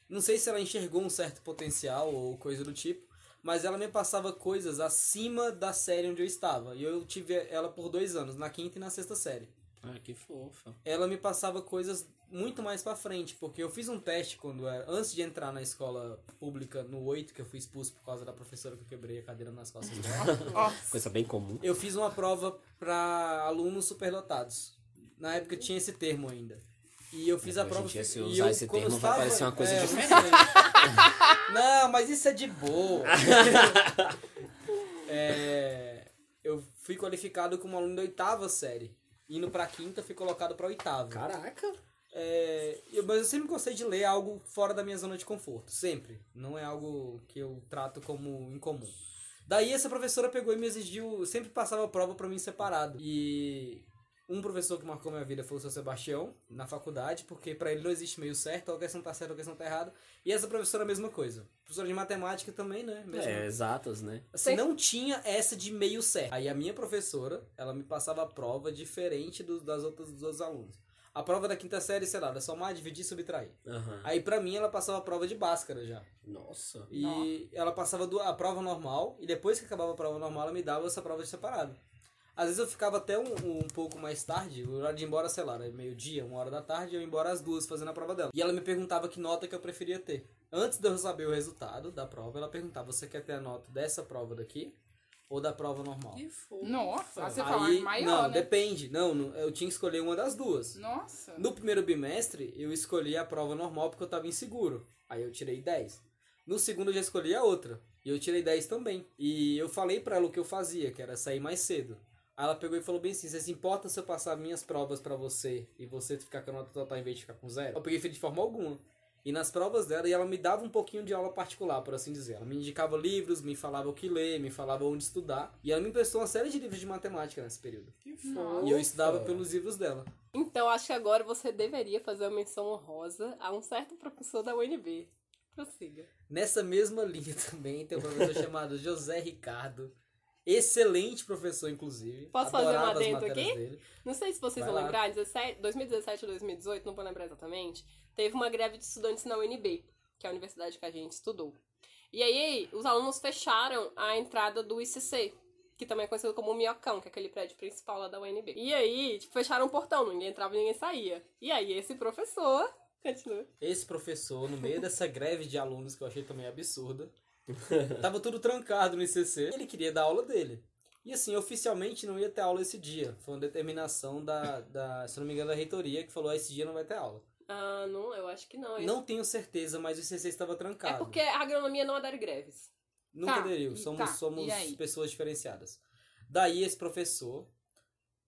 não sei se ela enxergou um certo potencial ou coisa do tipo, mas ela me passava coisas acima da série onde eu estava. E eu tive ela por dois anos, na quinta e na sexta série. Ah, que fofa. Ela me passava coisas muito mais pra frente, porque eu fiz um teste quando era, antes de entrar na escola pública no 8, que eu fui expulso por causa da professora que eu quebrei a cadeira nas costas dela. Nossa. Coisa bem comum. Eu fiz uma prova pra alunos superlotados. Na época tinha esse termo ainda. E eu fiz a Hoje em prova. dia, se e usar eu- esse quando eu termo, vai estava- parecer uma coisa eu não diferente. sei. Não, mas isso é de boa. É, eu fui qualificado como aluno da oitava série. Indo pra quinta, fui colocado pra oitava. Caraca. É, eu- mas eu sempre gostei de ler algo fora da minha zona de conforto, sempre. Não é algo que eu trato como incomum. Daí essa professora pegou e me exigiu, sempre passava a prova pra mim separado. E um professor que marcou minha vida foi o seu Sebastião, na faculdade, porque pra ele não existe meio certo, ou a questão tá certa, ou a questão tá errada. E essa professora a mesma coisa. Professora de matemática também, né? Mesma É, exatas, né? Assim, Tem- não tinha essa de meio certo. Aí a minha professora, ela me passava a prova diferente do- das outras dos alunos. A prova da quinta série, sei lá, era somar, dividir e subtrair. Aham. Aí pra mim ela passava a prova de Bhaskara já. Nossa. E Nó. ela passava du- a prova normal, e depois que acabava a prova normal, ela me dava essa prova de separado. Às vezes eu ficava até um, um pouco mais tarde, o horário de ir embora, sei lá, era meio-dia, uma hora da tarde, eu ia embora às duas fazendo a prova dela. E ela me perguntava que nota que eu preferia ter. Antes de eu saber o resultado da prova, ela perguntava: você quer ter a nota dessa prova daqui ou da prova normal? Que Hum, fofo. Nossa, você Aí, fala é maior, não, né? depende. Não, não, eu tinha que escolher uma das duas. Nossa. No primeiro bimestre, eu escolhi a prova normal porque eu tava inseguro. Aí eu tirei 10. No segundo, eu já escolhi a outra. E eu tirei 10 também. E eu falei pra ela o que eu fazia, que era sair mais cedo. Aí ela pegou e falou bem assim: Você se importa se eu passar minhas provas pra você e você ficar com a nota total em vez de ficar com zero? Eu peguei e falei, de forma alguma. E nas provas dela, e ela me dava um pouquinho de aula particular, por assim dizer. Ela me indicava livros, me falava o que ler, me falava onde estudar. E ela me emprestou uma série de livros de matemática nesse período. Que Nossa. E eu estudava pelos livros dela. Então, acho que agora você deveria fazer uma menção honrosa a um certo professor da UNB. Prossiga. Nessa mesma linha também tem um professor chamado José Ricardo. Excelente professor, inclusive. Posso fazer um Adorava as adendo matérias aqui? dele. Não sei se vocês Vai vão lá. lembrar, 17 2017 ou 2018, não vou lembrar exatamente, teve uma greve de estudantes na UNB, que é a universidade que a gente estudou. E aí, os alunos fecharam a entrada do ICC, que também é conhecido como o Minhocão, que é aquele prédio principal lá da UNB. E aí, tipo, fecharam o portão, ninguém entrava, ninguém saía. E aí, esse professor... Continua. Esse professor, no meio dessa greve de alunos que eu achei também absurda, tava tudo trancado no ICC. Ele queria dar aula dele. E assim, oficialmente não ia ter aula esse dia. Foi uma determinação da, da se não me engano, da reitoria que falou: "Ah, esse dia não vai ter aula. Ah, não, eu acho que não. Não tenho certeza, mas o ICC estava é trancado. porque a agronomia não adere greves. Nunca Tá, aderiu. e Somos, tá, somos e aí? pessoas diferenciadas. Daí esse professor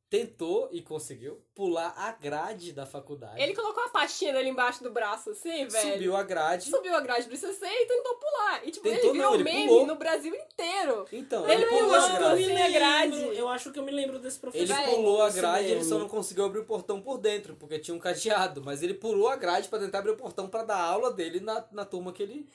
tentou e conseguiu pular a grade da faculdade. Ele colocou a pastinha dele embaixo do braço, assim, velho. subiu a grade. Subiu a grade do ICC e tentou pular. E, tipo, Tentou, ele virou não, ele meme pulou. no Brasil inteiro. Então, Ele ele, pulou pulou, a grade. ele- Assim, a grade. Eu acho que eu me lembro desse professor. Ele Vai, pulou a esse grade, ele meme. só não conseguiu abrir o portão por dentro, porque tinha um cadeado. Mas ele pulou a grade pra tentar abrir o portão pra dar aula dele na, na turma que ele.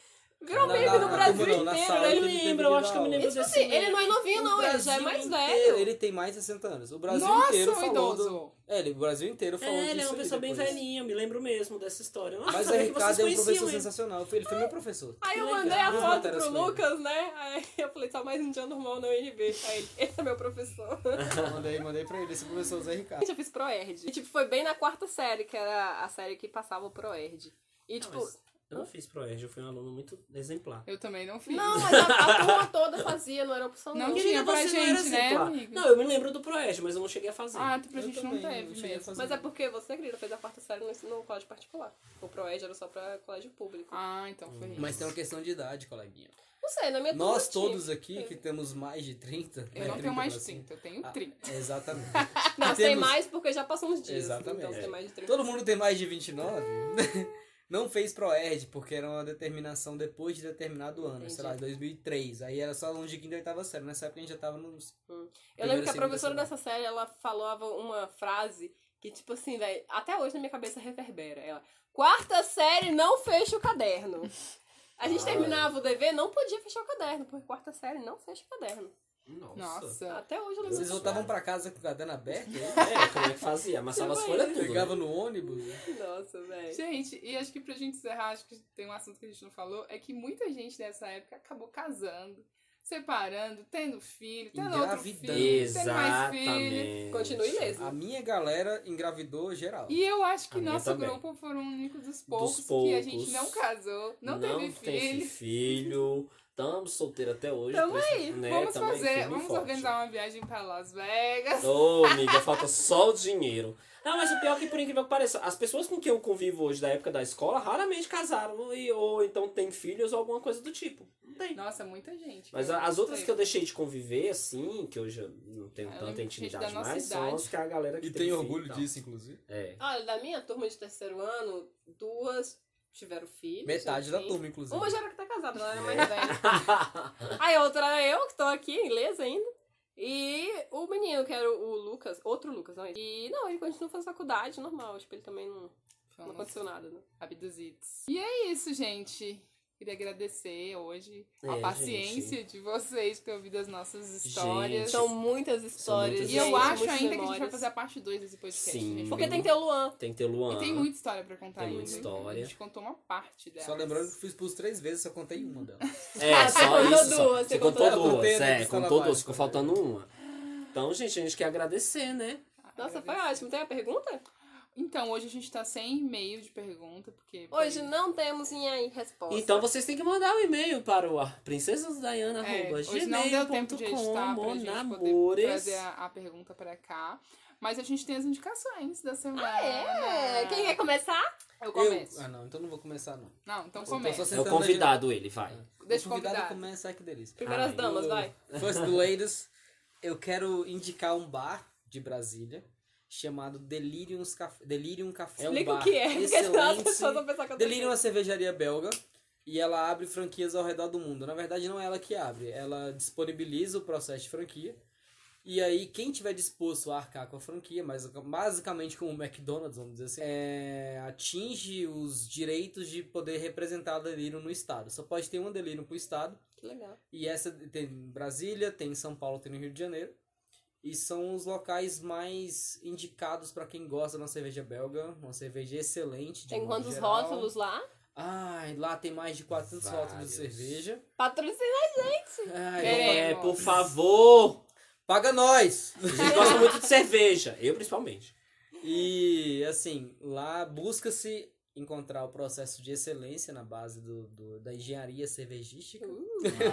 Virou Na- meme na- no na um Brasil turma não, na inteiro. sala Ele, que é ele lembra, eu deveria acho que dar eu me aula. lembro Ele, tipo desse assim, ele meme. não é novinho, O não. Ele já é Brasil mais inteiro, velho. Ele tem mais de 60 anos. O Brasil Nossa, inteiro um falou. do- idoso. É, ele- o Brasil inteiro falou É, ele é disso uma aí pessoa bem depois. velhinha, eu me lembro mesmo dessa história. Nossa, Mas o como é que Ricardo é vocês um professor conheciam ele? sensacional. Ele foi meu professor. Aí eu Que legal. mandei a Duas foto matérias pro com ele. Lucas, né? Aí eu falei, só mais um dia normal na UNB. Aí ele, esse é meu professor. mandei, mandei pra ele, esse professor Zé Ricardo. Gente, eu fiz ProErd. E, tipo, foi bem na quarta série, que era a série que passava o ProErd. E, Não, tipo... mas Eu não fiz proérgio, eu fui um aluno muito exemplar. Eu também não fiz. Não, mas a, a turma toda fazia, não era opção Não não. tinha Querida, pra você gente, era né, exemplar. amiga? Não, eu me lembro do proérgio, mas eu não cheguei a fazer. Ah, tu pra gente não também, teve não cheguei a mesmo. fazer. Mas é porque você, querida, fez a quarta série no, no colégio particular. O ProEd era só pra colégio público. Ah, então foi isso. Mas tem uma questão de idade, coleguinha. Não sei, na minha turma Nós tinha. todos aqui que temos mais de né, 30. Eu não tenho mais 30, eu tenho Ah, 30. Exatamente. Não, que tem temos- mais porque já passou uns dias. Exatamente. Então tem É. mais de 30. Todo mundo tem mais de 29. Não fez ProErd, porque era uma determinação depois de determinado ano, sei lá, Entendi. 2003. Aí era só aluno de quinta e oitava série. Nessa época a gente já tava nos. Eu lembro Primeira, que a segunda, professora segunda. dessa série, ela falava uma frase que, tipo assim, velho, até hoje na minha cabeça reverbera. Ela, quarta série não fecha o caderno. A gente Ah, é. terminava o dever, não podia fechar o caderno, porque quarta série não fecha o caderno. Nossa. Nossa. Até hoje eu lembro Vocês disso. voltavam pra casa com o caderno aberto? É, como é que fazia? Amassava as Sim, folhas mas- tudo. Pegava né? no ônibus? Nossa, velho. Gente, e acho que pra gente encerrar, acho que tem um assunto que a gente não falou, é que muita gente nessa época acabou casando, separando, tendo filho, tendo outro Engravidando. filho, tendo mais filho. Exatamente. Continue mesmo. A minha galera engravidou geral. E eu acho que A minha nosso também. grupo foi o único dos poucos, que a gente poucos. não casou, não, teve filho. filho. Tamo solteiro até hoje. Tamo preci- aí, né, Vamos tamo aí, fazer, firme e vamos forte. organizar uma viagem pra Las Vegas. Ô, amiga, falta só o dinheiro. Não, mas o pior é que, por incrível que pareça, as pessoas com quem eu convivo hoje da época da escola raramente casaram e, ou então têm filhos ou alguma coisa do tipo. Não tem. Nossa, muita gente. Mas a- as outras que eu deixei de conviver, assim, que hoje eu não tenho Ah, eu lembro tanta de intimidade gente da nossa mais, são idade. as que a galera que E tem tem filho orgulho e tal. disso, inclusive. É. Olha, da minha turma de terceiro ano, duas tiveram filhos. Metade da enfim. turma, inclusive. Uma já era que tá casada, ela era mais velha. Aí a outra era eu, que tô aqui, inglesa ainda. E o menino, que era o Lucas, outro Lucas, não é? E não, ele continua fazendo faculdade normal, tipo, ele também não, não Fomos aconteceu nada, né? abduzidos. E é isso, gente. Queria agradecer hoje a É, paciência de vocês ter ouvido as nossas histórias. Gente, São muitas histórias. muitas e eu gente, acho ainda muitas que a gente vai memórias. fazer a parte 2 desse podcast. Sim. gente. Porque tem que ter o Luan. Tem que ter Luan. E tem muita história pra contar Tem ainda, muita hein? história. A gente contou uma parte dela. Só lembrando que fui expulso três vezes, só contei uma delas. É, Você só contou isso. só. duas, você Você contou contou- Eu contei duas, a é, Denise contou Carvalho. duas, ficou faltando uma. Então, gente, a gente quer agradecer, né? Ah, Nossa, foi ótimo. Tem a pergunta? Então, hoje a gente tá sem e-mail de pergunta, porque. foi- Hoje não temos em aí resposta. Então vocês têm que mandar um e-mail para o É, hoje não deu tempo de editar pra gente poder princesasdaiana.gmail.com trazer a, a pergunta pra cá. Mas a gente tem as indicações da semana. É, quem quer começar? Eu começo. Eu... Ah, não, então não vou começar, não. Não, então Então, começa. só É o convidado, ele, vai. Deixa eu o convidado convidar. começa, ai que delícia. Primeiras Ah, damas, eu- é vai. First Ladies, eu quero indicar um bar de Brasília chamado Delirium Café. Delirium Café. É um Explica bar o que é, porque senão as excelente. pessoas vão pensar que eu tô Delirium é uma cervejaria belga e ela abre franquias ao redor do mundo. Na verdade, não é ela que abre, ela disponibiliza o processo de franquia. E aí, quem tiver disposto a arcar com a franquia, mas basicamente como o McDonald's, vamos dizer assim, é, atinge os direitos de poder representar a Delirium no estado. Só pode ter uma Delirium pro estado. Que legal. E essa tem em Brasília, tem em São Paulo, tem no Rio de Janeiro. E são os locais mais indicados para quem gosta da cerveja belga. Uma cerveja excelente. de Tem modo quantos geral. rótulos lá? Ai, lá tem mais de 400 rótulos de Vários. cerveja. Patrocina. Ai, Queremos. É, por favor! Paga nós! A gente gosta muito de cerveja, eu principalmente. E assim, lá busca-se encontrar o processo de excelência na base do, do- da engenharia cervejística.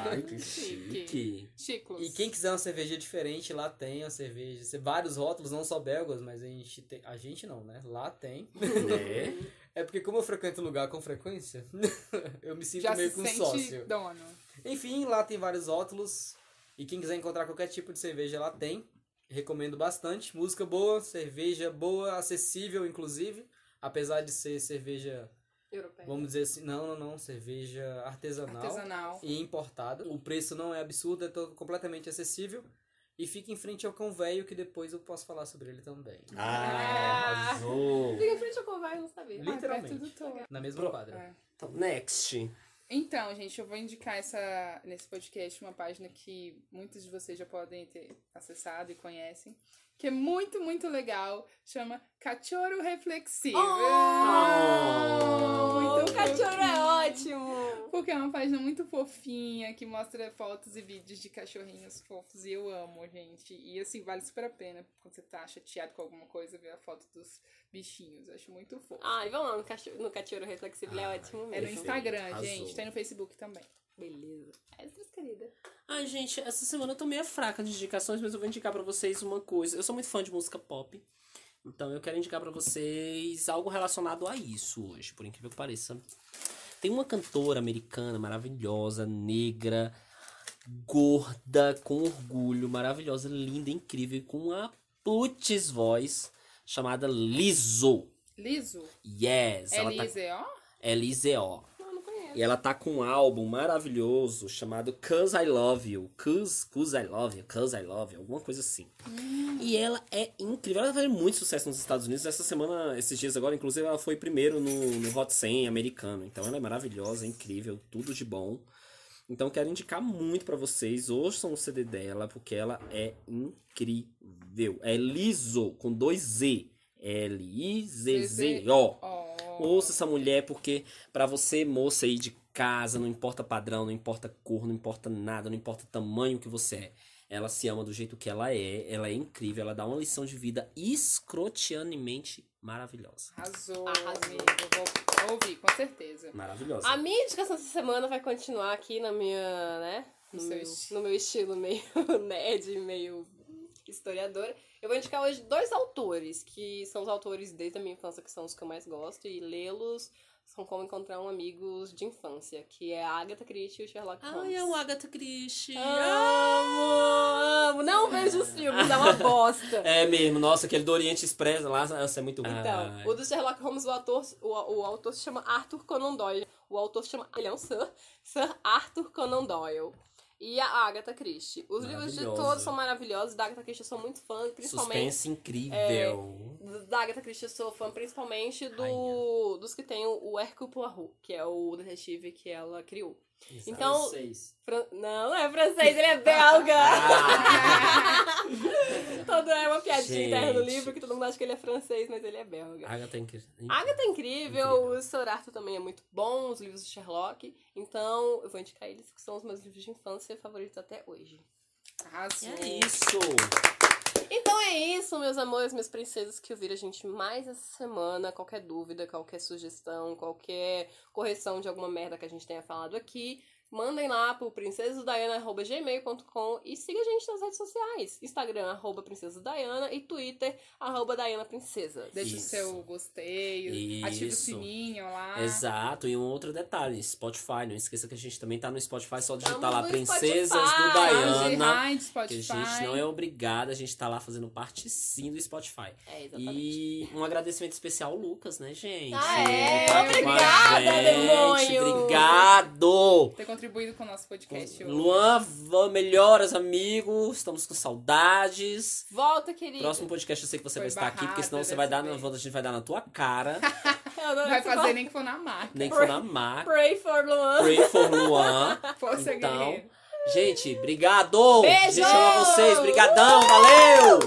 Ai, que chique. Chiclos. E quem quiser uma cerveja diferente, lá tem a cerveja. Tem Vários rótulos, não só belgas, mas a gente tem. A gente não, né? Lá tem. né? É porque como eu frequento o lugar com frequência, eu me sinto já meio se com sente sócio. dono. Enfim, lá tem vários rótulos. E quem quiser encontrar qualquer tipo de cerveja, lá tem. Recomendo bastante. Música boa, cerveja boa, acessível, inclusive. Apesar de ser cerveja, vamos dizer assim, não, não, não, cerveja Artesanal. e importada. O preço não é absurdo, é to- completamente acessível. E fica em frente ao cão velho, que depois eu posso falar sobre ele também. Ah, arrasou. Fica em frente ao convés, não sabia. Li- literalmente. Ah, perto do Toro. Na mesma Pro- quadra. É. Então, next. Então, gente, eu vou indicar essa, nesse podcast uma página que muitos de vocês já podem ter acessado e conhecem, que é muito, muito legal. Chama Cachorro Reflexivo. Oh! Muito o cachorro é fofinho. ótimo. Porque é uma página muito fofinha, que mostra fotos e vídeos de cachorrinhos fofos. E eu amo, gente. E assim, vale super a pena quando você tá chateado com alguma coisa, ver a foto dos bichinhos. Eu acho muito fofo. Ai, vamos lá no cachorro, no cachorro reflexivo, ele é é ótimo no mesmo. perfeito. Instagram, Arrasou. gente. Tem no Facebook também. Beleza. Essas, querida. Ai, gente, essa semana eu tô meio fraca de indicações, mas eu vou indicar pra vocês uma coisa. Eu sou muito fã de música pop, então eu quero indicar pra vocês algo relacionado a isso hoje, por incrível que pareça. Tem uma cantora americana maravilhosa, negra, gorda, com orgulho, maravilhosa, linda, incrível, e com uma putz voz, chamada Lizzo. Liso? Yes! É ela tá... liso, é ó. é L-I-Z-O. Não, não conheço. E ela tá com um álbum maravilhoso chamado Cause I Love You. Cause, Cause I Love You, Cause I Love You, alguma coisa assim. E ela é incrível. Ela tá fazendo muito sucesso nos Estados Unidos. Essa semana, esses dias agora, inclusive, ela foi primeiro no, no Hot 100 americano. Então ela é maravilhosa, é incrível, tudo de bom. Então quero indicar muito pra vocês. Ouçam o CD dela, porque ela é incrível. É Lizzo, com dois Z. L-I-Z-Z-O. Ó. Ouça essa mulher, porque pra você, moça aí de casa, não importa padrão, não importa cor, não importa nada, não importa tamanho que você é. Ela se ama do jeito que ela é, ela é incrível, ela dá uma lição de vida escrotianemente maravilhosa. Arrasou, Arrasou. amigo. Vou, vou ouvir, com certeza. Maravilhosa. A minha indicação essa semana vai continuar aqui na minha, né? No No, seu meu, estilo. no meu estilo meio nerd, meio historiadora. Eu vou indicar hoje dois autores, que são os autores desde a minha infância, que são os que eu mais gosto, e lê-los são como encontrar um amigos de infância, que é a Agatha Christie e o Sherlock Holmes. é Agatha Christie. Ah, Amo, amo. Não vejo os filmes, é uma bosta. É mesmo, nossa, aquele do Oriente Express lá, essa é muito ruim. Então, Ai. o do Sherlock Holmes, o, ator, o, o autor se chama Arthur Conan Doyle. O autor se chama. Ele é um Sir. Sir Arthur Conan Doyle. e a Agatha Christie. Os livros de Maravilhosa. todos são maravilhosos, da Agatha Christie eu sou muito fã, principalmente É, Suspense incrível. da Agatha Christie eu sou fã principalmente do, dos que tem o o Hercule Poirot, que é o detetive que ela criou. Então- Seis. Fran- Não, não é francês, ele é Ah, belga! Todo é uma piadinha interna do Gente. livro que todo mundo acha que ele é francês, mas ele é belga. Agatha é incrível. Agatha é incrível, Incrível. o Sr. Arthur também é muito bom, os livros do Sherlock. Então, eu vou indicar eles, que são os meus livros de infância favoritos até hoje. E Arrasou. É isso. Então é isso, meus amores, minhas princesas, que ouviram a gente mais essa semana. Qualquer dúvida, qualquer sugestão, qualquer correção de alguma merda que a gente tenha falado aqui, mandem lá pro princesasdaiana.gmail.com e siga a gente nas redes sociais. Instagram, arroba princesasdaiana e Twitter, arroba daianaprincesas. Deixa Isso. o seu gostei, ativa o Isso. sininho lá. Exato. E um outro detalhe, Spotify. Não esqueça que a gente também tá no Spotify, só digitar Estamos lá no Princesas do Spotify. Diana. Hyde, Que a Spotify. gente não é obrigada, a gente tá lá fazendo parte sim do Spotify. É, exatamente. E um agradecimento especial ao Lucas, né, gente? Ah, é? Tá aqui com a Obrigada, gente. demônio! Obrigado! Ter contribuído com o nosso podcast hoje. Luan, va- melhoras, amigo. Estamos com saudades. Volta, querido. Próximo podcast eu sei que você Foi vai estar aqui, porque barrada senão você vai dar, dessa na, vez. a gente vai dar na tua cara, Eu não- Vai fazer nem que for na marca. nem que for na marca. Pray for Luan. Pray for Luan. Força, Então, guerreiro. gente, obrigado! Beijo! Gente, amo vocês, brigadão, valeu!